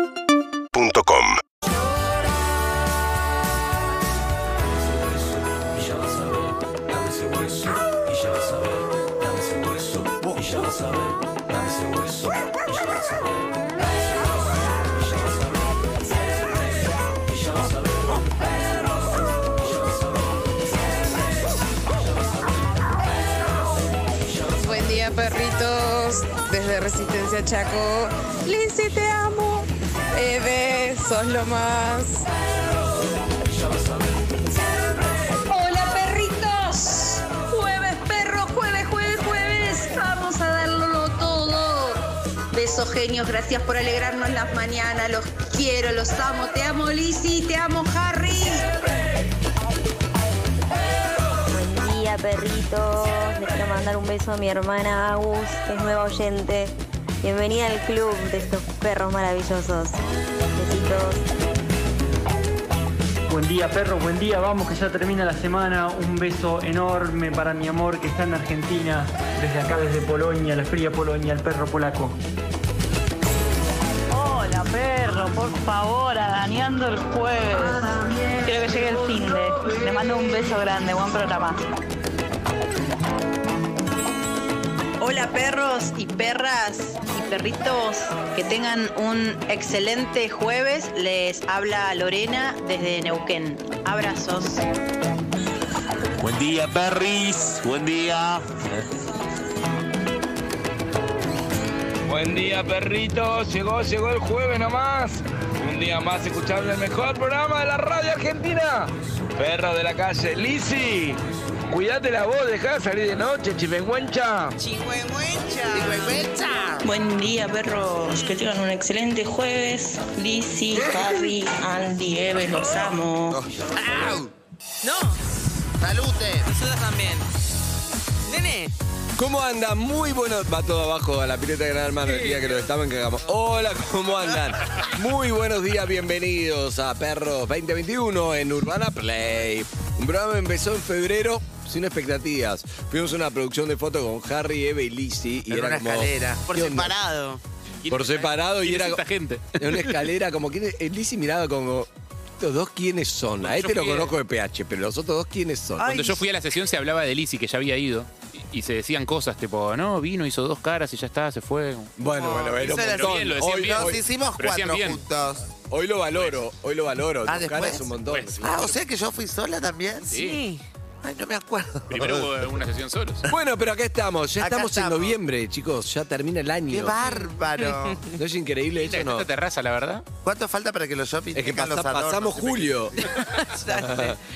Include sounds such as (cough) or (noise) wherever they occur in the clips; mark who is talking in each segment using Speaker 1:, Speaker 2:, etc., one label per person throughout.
Speaker 1: UrbanaPlayFM.com
Speaker 2: Buen día, perritos. Desde Resistencia Chaco. Lindsay, te amo. Eve, sos lo más.
Speaker 3: Hola perritos, jueves perro, jueves, jueves, jueves, vamos a darlo todo. Besos genios, gracias por alegrarnos las mañanas, los quiero, los amo, te amo Lizzy, te amo Harry.
Speaker 4: Buen día, perritos. Le quiero mandar un beso a mi hermana Agus, que es nueva oyente. Bienvenida al club de estos perros maravillosos. Besitos.
Speaker 5: Buen día, perros, buen día. Vamos, que ya termina la semana. Un beso enorme para mi amor que está en Argentina, desde acá, desde Polonia, la fría Polonia, el perro polaco.
Speaker 6: Hola perro, por favor, arañando el jueves. Quiero que llegue el fin de. Le mando un beso grande, buen programa.
Speaker 7: Hola perros y perras y perritos, que tengan un excelente jueves. Les habla Lorena desde Neuquén. Abrazos.
Speaker 8: Buen día, Perris. Buen día.
Speaker 9: Buen día, perritos. Llegó, llegó el jueves nomás. Un día más escuchando el mejor programa de la radio argentina. Perro de la calle, Lisi. Cuídate la voz, dejá de salir de noche, chimenguencha.
Speaker 6: Buen día, perros. Que tengan un excelente jueves. Lizzy, Harry, Andy, Eves, los amo.
Speaker 10: Nosotros también. Nene.
Speaker 11: ¿Cómo anda? Muy bueno. Va todo abajo a la pileta de Gran Hermano el día que lo estaban cagamos. Hola, ¿cómo andan? Muy buenos días, bienvenidos a Perros 2021 en Urbana Play. Un programa que empezó en febrero sin expectativas. Fuimos a una producción de fotos con Harry, Eve y Lizzie. Y
Speaker 10: en
Speaker 11: era
Speaker 10: una
Speaker 11: como,
Speaker 10: escalera. Por
Speaker 11: ¿qué onda?
Speaker 10: separado.
Speaker 11: Por separado y
Speaker 12: ¿Quién es
Speaker 11: era
Speaker 12: esta gente?
Speaker 11: en una escalera como que Lizzie miraba como... ¿Estos dos quiénes son? A
Speaker 12: Yo
Speaker 11: este lo
Speaker 12: fui-
Speaker 11: conozco de PH, pero los otros dos quiénes son?
Speaker 12: Cuando yo fui a la sesión se hablaba de Lizzy, que ya había ido. Y, y se decían cosas tipo, no, vino, hizo dos caras y ya está, se fue.
Speaker 11: Bueno, bueno, eh, bueno.
Speaker 10: Hizo
Speaker 11: un
Speaker 10: la-
Speaker 11: montón.
Speaker 12: bien, lo decían
Speaker 11: hoy,
Speaker 12: bien.
Speaker 11: hoy-
Speaker 10: Nos hicimos
Speaker 12: Pero decían
Speaker 10: cuatro
Speaker 12: bien.
Speaker 10: juntos.
Speaker 11: Hoy lo valoro, hoy lo valoro.
Speaker 10: Ah,
Speaker 11: Tu cara
Speaker 10: ¿después?
Speaker 11: es un montón.
Speaker 12: Pues.
Speaker 10: Ah, o sea que yo fui sola también.
Speaker 12: Sí.
Speaker 10: Ay, no me acuerdo. (laughs)
Speaker 12: Primero hubo una sesión solos.
Speaker 11: Bueno, pero acá estamos. Ya
Speaker 10: Acá
Speaker 11: estamos,
Speaker 10: estamos.
Speaker 11: en noviembre, chicos. Ya termina el año.
Speaker 10: Qué bárbaro.
Speaker 11: (laughs) ¿No es increíble
Speaker 12: Esta,
Speaker 11: eso? No.
Speaker 10: (laughs)
Speaker 12: esta terraza, la verdad.
Speaker 10: ¿Cuánto falta para que los shopping
Speaker 11: Es que
Speaker 10: tengan
Speaker 11: pasa-
Speaker 10: los adornos
Speaker 11: pasamos
Speaker 10: de México?
Speaker 11: julio. (laughs)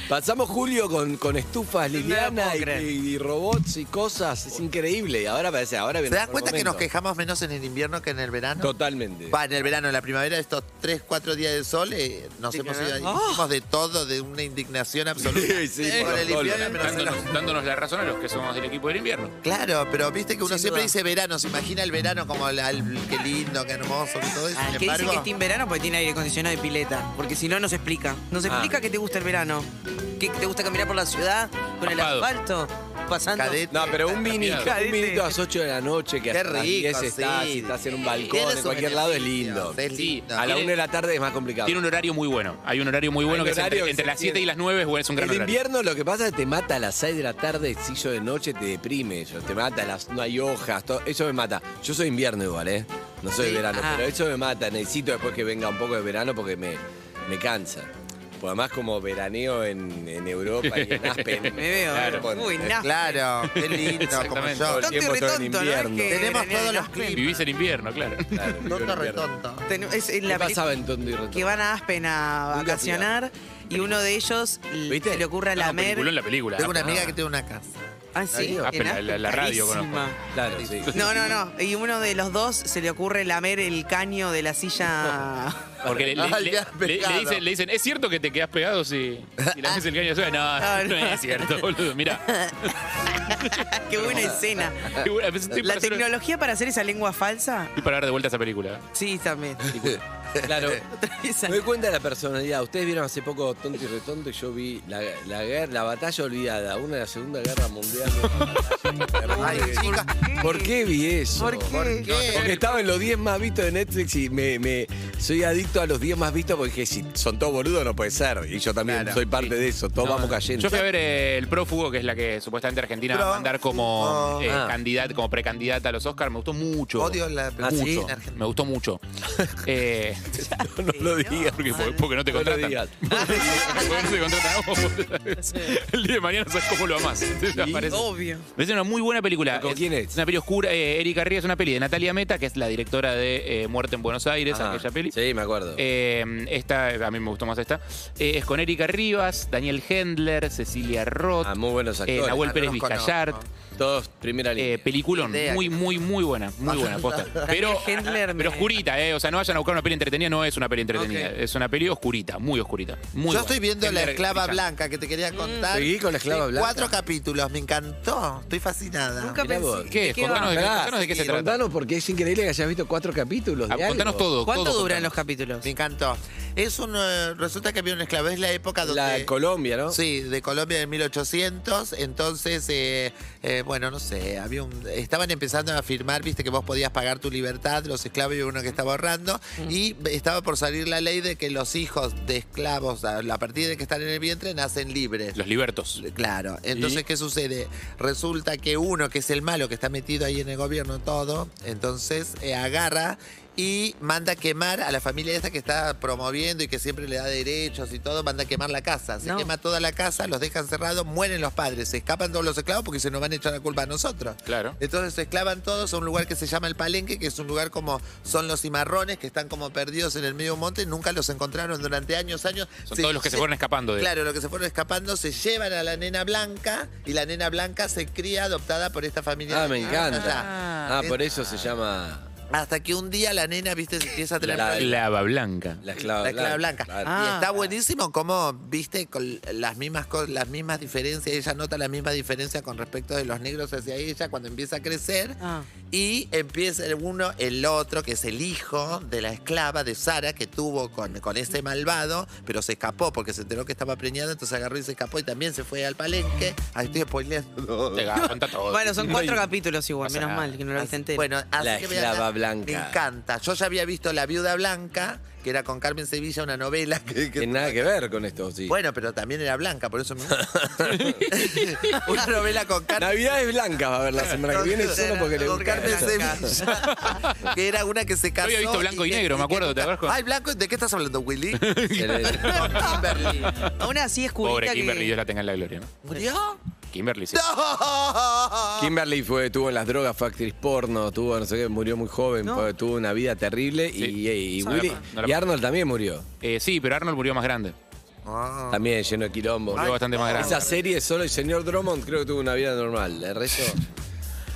Speaker 11: pasamos julio con, con estufas
Speaker 10: No lo
Speaker 11: livianas
Speaker 10: puedo
Speaker 11: y,
Speaker 10: creer.
Speaker 11: y robots y cosas. Es increíble. Y Ahora parece, ahora
Speaker 10: ¿Se
Speaker 11: viene
Speaker 10: dan
Speaker 11: el
Speaker 10: cuenta que nos
Speaker 11: momento.
Speaker 10: quejamos menos en el invierno que en el verano?
Speaker 11: Totalmente.
Speaker 10: Va, en el verano, en la primavera, estos 3, 4 días de sol, eh, nos hemos ido,
Speaker 13: ¡Oh!
Speaker 10: hicimos de todo, de una indignación absoluta.
Speaker 11: Sí, sí,
Speaker 10: por,
Speaker 11: por
Speaker 10: el
Speaker 11: los
Speaker 10: invierno,
Speaker 11: dólares.
Speaker 10: menos en los-
Speaker 12: Dándonos, dándonos la razón a los que somos del equipo del invierno.
Speaker 10: Claro, pero viste que uno
Speaker 11: Sin
Speaker 10: siempre
Speaker 11: duda.
Speaker 10: dice verano, se imagina el verano como el, el- qué lindo, qué hermoso, que todo eso.
Speaker 13: Al Ah, que
Speaker 10: Sin
Speaker 13: dice
Speaker 10: embargo,
Speaker 13: que está en verano porque tiene aire acondicionado y pileta. Porque si no, no se explica. No se
Speaker 11: Ah.
Speaker 13: explica que te gusta el verano. Que te gusta caminar por la ciudad con el
Speaker 12: Tapado.
Speaker 13: asfalto, pasando.
Speaker 10: cadete.
Speaker 11: No, pero un mini,
Speaker 13: Cadete.
Speaker 11: un vinito a las 8 de la noche que
Speaker 10: Qué
Speaker 11: hasta las
Speaker 10: rico,
Speaker 11: 10 estás,
Speaker 10: sí.
Speaker 11: y estás en un
Speaker 10: Tiene
Speaker 11: balcón, en
Speaker 10: sus
Speaker 11: cualquier lado es
Speaker 10: beneficios,
Speaker 11: lindo.
Speaker 10: Es
Speaker 12: Sí,
Speaker 10: lindo.
Speaker 11: A la
Speaker 12: Tiene-
Speaker 11: 1 de la tarde es más complicado.
Speaker 12: Tiene un horario muy bueno. Hay un horario muy bueno
Speaker 11: Hay
Speaker 12: que
Speaker 11: un
Speaker 12: es entre,
Speaker 11: horario que
Speaker 12: entre
Speaker 11: se
Speaker 12: las 7 y
Speaker 11: entiende.
Speaker 12: las 9 es bueno, es un gran
Speaker 11: El
Speaker 12: horario.
Speaker 11: invierno lo que pasa es que te mata a las 6 de la tarde, si yo de noche te deprime, yo te mata, las, no hay hojas, todo, eso me mata. Yo soy invierno igual, ¿eh? No soy
Speaker 13: Sí,
Speaker 11: verano,
Speaker 13: ah.
Speaker 11: pero eso me mata. Necesito después que venga un poco de verano porque me, me cansa. Pues además como veraneo en, en Europa y en Aspen. me
Speaker 13: veo,
Speaker 11: pone,
Speaker 13: uy,
Speaker 11: ¿eh?
Speaker 13: nada.
Speaker 10: Claro, qué lindo, como
Speaker 12: Exactamente.
Speaker 10: yo.
Speaker 11: Todo el
Speaker 13: Tonto y
Speaker 11: tiempo todo en
Speaker 13: retonto, ¿no? Es
Speaker 11: invierno.
Speaker 13: que
Speaker 10: Tenemos
Speaker 13: veranean
Speaker 10: todos
Speaker 13: en
Speaker 10: los
Speaker 13: Aspen.
Speaker 10: clips.
Speaker 12: Vivís el invierno, claro.
Speaker 11: Claro, vivo en
Speaker 10: Tonto
Speaker 11: invierno.
Speaker 10: retonto.
Speaker 13: Ten- Es en
Speaker 11: ¿Qué
Speaker 13: la película
Speaker 11: pasaba en Tonto y Retonto?
Speaker 13: que van a Aspen a
Speaker 11: Nunca fui a-
Speaker 13: vacacionar y uno de ellos l-
Speaker 11: ¿Viste?
Speaker 13: se le ocurre a
Speaker 12: No,
Speaker 13: lamer.
Speaker 12: peliculón la película.
Speaker 10: Tengo una
Speaker 12: Aspen.
Speaker 10: amiga que tiene una casa.
Speaker 13: Ah, sí.
Speaker 11: Ahí,
Speaker 13: en
Speaker 12: Aspen, la- la- la radio
Speaker 13: carísima.
Speaker 12: conozco.
Speaker 11: Claro, sí.
Speaker 13: No, no, no. Y uno de los dos se le ocurre lamer el caño de la silla Porque
Speaker 11: (laughs)
Speaker 13: le, le-
Speaker 10: Al
Speaker 13: le-
Speaker 10: gas
Speaker 13: le- le
Speaker 10: pegado.
Speaker 13: dicen, le dicen, ¿es cierto que te quedas pegado si, si le haces el caño de soda?" No, no,
Speaker 3: No, no.
Speaker 13: es cierto, boludo. Mirá.
Speaker 3: (laughs) Qué buena escena.
Speaker 13: Qué buena, pues, estoy
Speaker 3: La
Speaker 13: para hacer-
Speaker 3: tecnología para hacer esa lengua falsa.
Speaker 13: Y para dar de vuelta esa película.
Speaker 3: Sí, también.
Speaker 11: Claro.
Speaker 10: Eh,
Speaker 11: Me doy cuenta de la personalidad. Ustedes vieron hace poco Tonto y Retonto y yo vi la, la, guerra- la batalla olvidada, una de la Segunda Guerra Mundial.
Speaker 10: (laughs) Ay, chicas.
Speaker 11: ¿Por qué vi eso?
Speaker 10: ¿Por qué?
Speaker 11: Porque estaba en los 10 más vistos de Netflix y me, me- soy adicto a los 10 más vistos porque dije, si son todos boludos no puede ser. Y yo también soy parte de eso, todos vamos cayendo.
Speaker 13: Yo fui a ver eh, El Prófugo, que es la que supuestamente Argentina va a mandar como eh,
Speaker 11: Ah.
Speaker 13: candidat- como precandidata a los Oscars. Me gustó mucho.
Speaker 10: Odio la
Speaker 13: Mucho.
Speaker 10: película Ah, en Argentina.
Speaker 13: Me gustó
Speaker 10: (laughs)
Speaker 13: mucho. Eh,
Speaker 11: (laughs) no, lo digas.
Speaker 13: Porque, porque no te
Speaker 11: No lo
Speaker 13: contratan. (laughs)
Speaker 11: digas.
Speaker 13: Porque no te contratan a vos, Oh. boludo. El día de mañana sabes cómo lo amás. Desaparece.
Speaker 3: Obvio.
Speaker 13: Es una muy buena película.
Speaker 11: ¿Con
Speaker 13: es,
Speaker 11: quién es?
Speaker 13: una peli oscura. Eh, Erika Ría es una peli de Natalia Meta, que es la directora de eh, Muerte en Buenos Aires,
Speaker 11: Ah,
Speaker 13: aquella peli.
Speaker 11: Sí, me acuerdo.
Speaker 13: Eh, esta, a mí me gustó más esta. Eh, es con Erika Rivas, Daniel Hendler, Cecilia Roth,
Speaker 11: Ah, muy buenos
Speaker 13: eh,
Speaker 11: actores.
Speaker 13: Nahuel
Speaker 11: Ah,
Speaker 13: Pérez
Speaker 11: no los conozco.
Speaker 13: Vizcayart.
Speaker 11: Todos primera línea.
Speaker 13: Eh, peliculón,
Speaker 3: Idea.
Speaker 13: muy, muy, muy buena, muy buena, posta. Pero,
Speaker 3: Hendler me-
Speaker 13: pero oscurita, eh, o sea, no vayan a buscar una peli entretenida, no es una peli entretenida,
Speaker 3: Ok.
Speaker 13: es una peli oscurita, muy oscurita. Muy
Speaker 10: Yo
Speaker 13: buena.
Speaker 10: estoy viendo La
Speaker 13: Hendler,
Speaker 10: Esclava
Speaker 13: brillante.
Speaker 10: Blanca que te quería contar.
Speaker 11: Seguí con La Esclava Blanca.
Speaker 10: Cuatro capítulos, me encantó. Estoy fascinada.
Speaker 3: Nunca
Speaker 11: Mirá vos.
Speaker 3: pensé.
Speaker 13: ¿Qué?
Speaker 3: ¿de qué
Speaker 13: Contanos
Speaker 3: va?
Speaker 13: de-
Speaker 11: Pará,
Speaker 13: contanos qué se
Speaker 11: sí,
Speaker 13: trata.
Speaker 11: Contanos porque es increíble que hayas visto cuatro capítulos. de
Speaker 13: Ah, Contanos
Speaker 11: algo.
Speaker 13: todo.
Speaker 3: ¿Cuánto
Speaker 13: todo
Speaker 3: duran
Speaker 13: contanos.
Speaker 3: los capítulos?
Speaker 10: Me encantó. Es un, eh, resulta que había un esclavo, es la época donde...
Speaker 11: La de Colombia, ¿no?
Speaker 10: Sí, de Colombia de 1800. Entonces, eh, eh, bueno, no sé, había un- estaban empezando a firmar, viste, que vos podías pagar tu libertad, los esclavos y uno que estaba ahorrando. Y estaba por salir la ley de que los hijos de esclavos, a a partir de que están en el vientre, nacen libres.
Speaker 13: Los libertos.
Speaker 10: Claro, entonces ¿qué sucede? Resulta que uno, que es el malo, que está metido ahí en el gobierno todo, entonces eh, agarra y manda a quemar a la familia esta que está promoviendo y que siempre le da derechos y todo, manda a quemar la casa. Se
Speaker 3: No.
Speaker 10: quema toda la casa, los dejan cerrados, mueren los padres, se escapan todos los esclavos porque se nos van a echar la culpa a nosotros.
Speaker 13: Claro.
Speaker 10: Entonces se esclavan todos a un lugar que se llama el Palenque, que es un lugar como son los cimarrones, que están como perdidos en el medio monte, nunca los encontraron durante años, años.
Speaker 13: Son todos los que se fueron escapando de-
Speaker 10: Claro, los que se fueron escapando se llevan a la nena blanca y la nena blanca se cría adoptada por esta familia.
Speaker 11: Ah, me
Speaker 10: Ah,
Speaker 11: encanta. Ah,
Speaker 10: es-
Speaker 11: por eso se llama
Speaker 10: Hasta que un día la nena, viste, se empieza a tener
Speaker 11: La-
Speaker 10: problemas.
Speaker 13: Lava blanca.
Speaker 11: la esclava
Speaker 10: La esclava blanca. Ah.
Speaker 11: Claro.
Speaker 10: y está buenísimo como, viste, con las mismas cosas, las mismas diferencias, ella nota la misma diferencia con respecto de los negros hacia ella cuando empieza a crecer.
Speaker 3: Ah.
Speaker 10: Y empieza el uno, el otro, que es el hijo de la esclava de Sara que tuvo con, con ese malvado, pero se escapó porque se enteró que estaba preñada, entonces agarró y se escapó y también se fue al palenque. Ahí estoy spoileando.
Speaker 13: Te ga-
Speaker 3: (laughs)
Speaker 13: cuenta todo.
Speaker 3: Bueno, son cuatro capítulos igual,
Speaker 13: pasa
Speaker 3: menos
Speaker 13: nada.
Speaker 3: mal que
Speaker 13: (laughs)
Speaker 3: no lo viste entero.
Speaker 10: Bueno, así
Speaker 11: La
Speaker 10: que vean,
Speaker 11: esclava
Speaker 10: me
Speaker 11: blanca.
Speaker 10: encanta. Yo ya había visto La Viuda Blanca, que era con Carmen Sevilla, una novela (laughs) que- que
Speaker 11: Que nada que ver con esto, sí.
Speaker 10: Bueno, pero también era blanca, por eso
Speaker 13: (laughs)
Speaker 10: me gusta. Una novela con Carmen.
Speaker 11: Navidad es blanca, va a ver la semana que viene solo porque le
Speaker 10: con
Speaker 11: gusta
Speaker 10: Carmen
Speaker 11: eso.
Speaker 10: Sevilla, que era una que se casó.
Speaker 13: había visto blanco y
Speaker 10: que-
Speaker 13: negro, me
Speaker 10: que-
Speaker 13: acuerdo, ¿te acuerdas con-
Speaker 10: Ay, blanco, ¿de qué estás
Speaker 13: (laughs)
Speaker 10: hablando, Willy?
Speaker 3: (laughs)
Speaker 11: Excelente.
Speaker 10: Con Kimberly.
Speaker 3: Aún así es curita
Speaker 13: Pobre
Speaker 3: que-
Speaker 13: Kimberly, Dios la tenga en la gloria, ¿no? (laughs)
Speaker 10: ¿Murió?
Speaker 13: Kimberly, sí.
Speaker 10: ¡No!
Speaker 11: Kimberly fue, tuvo en las drogas, fue actriz porno, tuvo no sé qué, murió muy joven, fue- tuvo una vida terrible y-
Speaker 13: Sí.
Speaker 11: y, y
Speaker 13: No la-
Speaker 11: Willy-
Speaker 13: no la-
Speaker 11: y Arnold también murió.
Speaker 13: Eh, sí, pero Arnold murió más grande.
Speaker 10: Ah.
Speaker 11: También lleno de quilombo.
Speaker 13: Murió bastante más grande.
Speaker 11: Esa serie solo el señor Drummond creo que tuvo una vida normal. El resto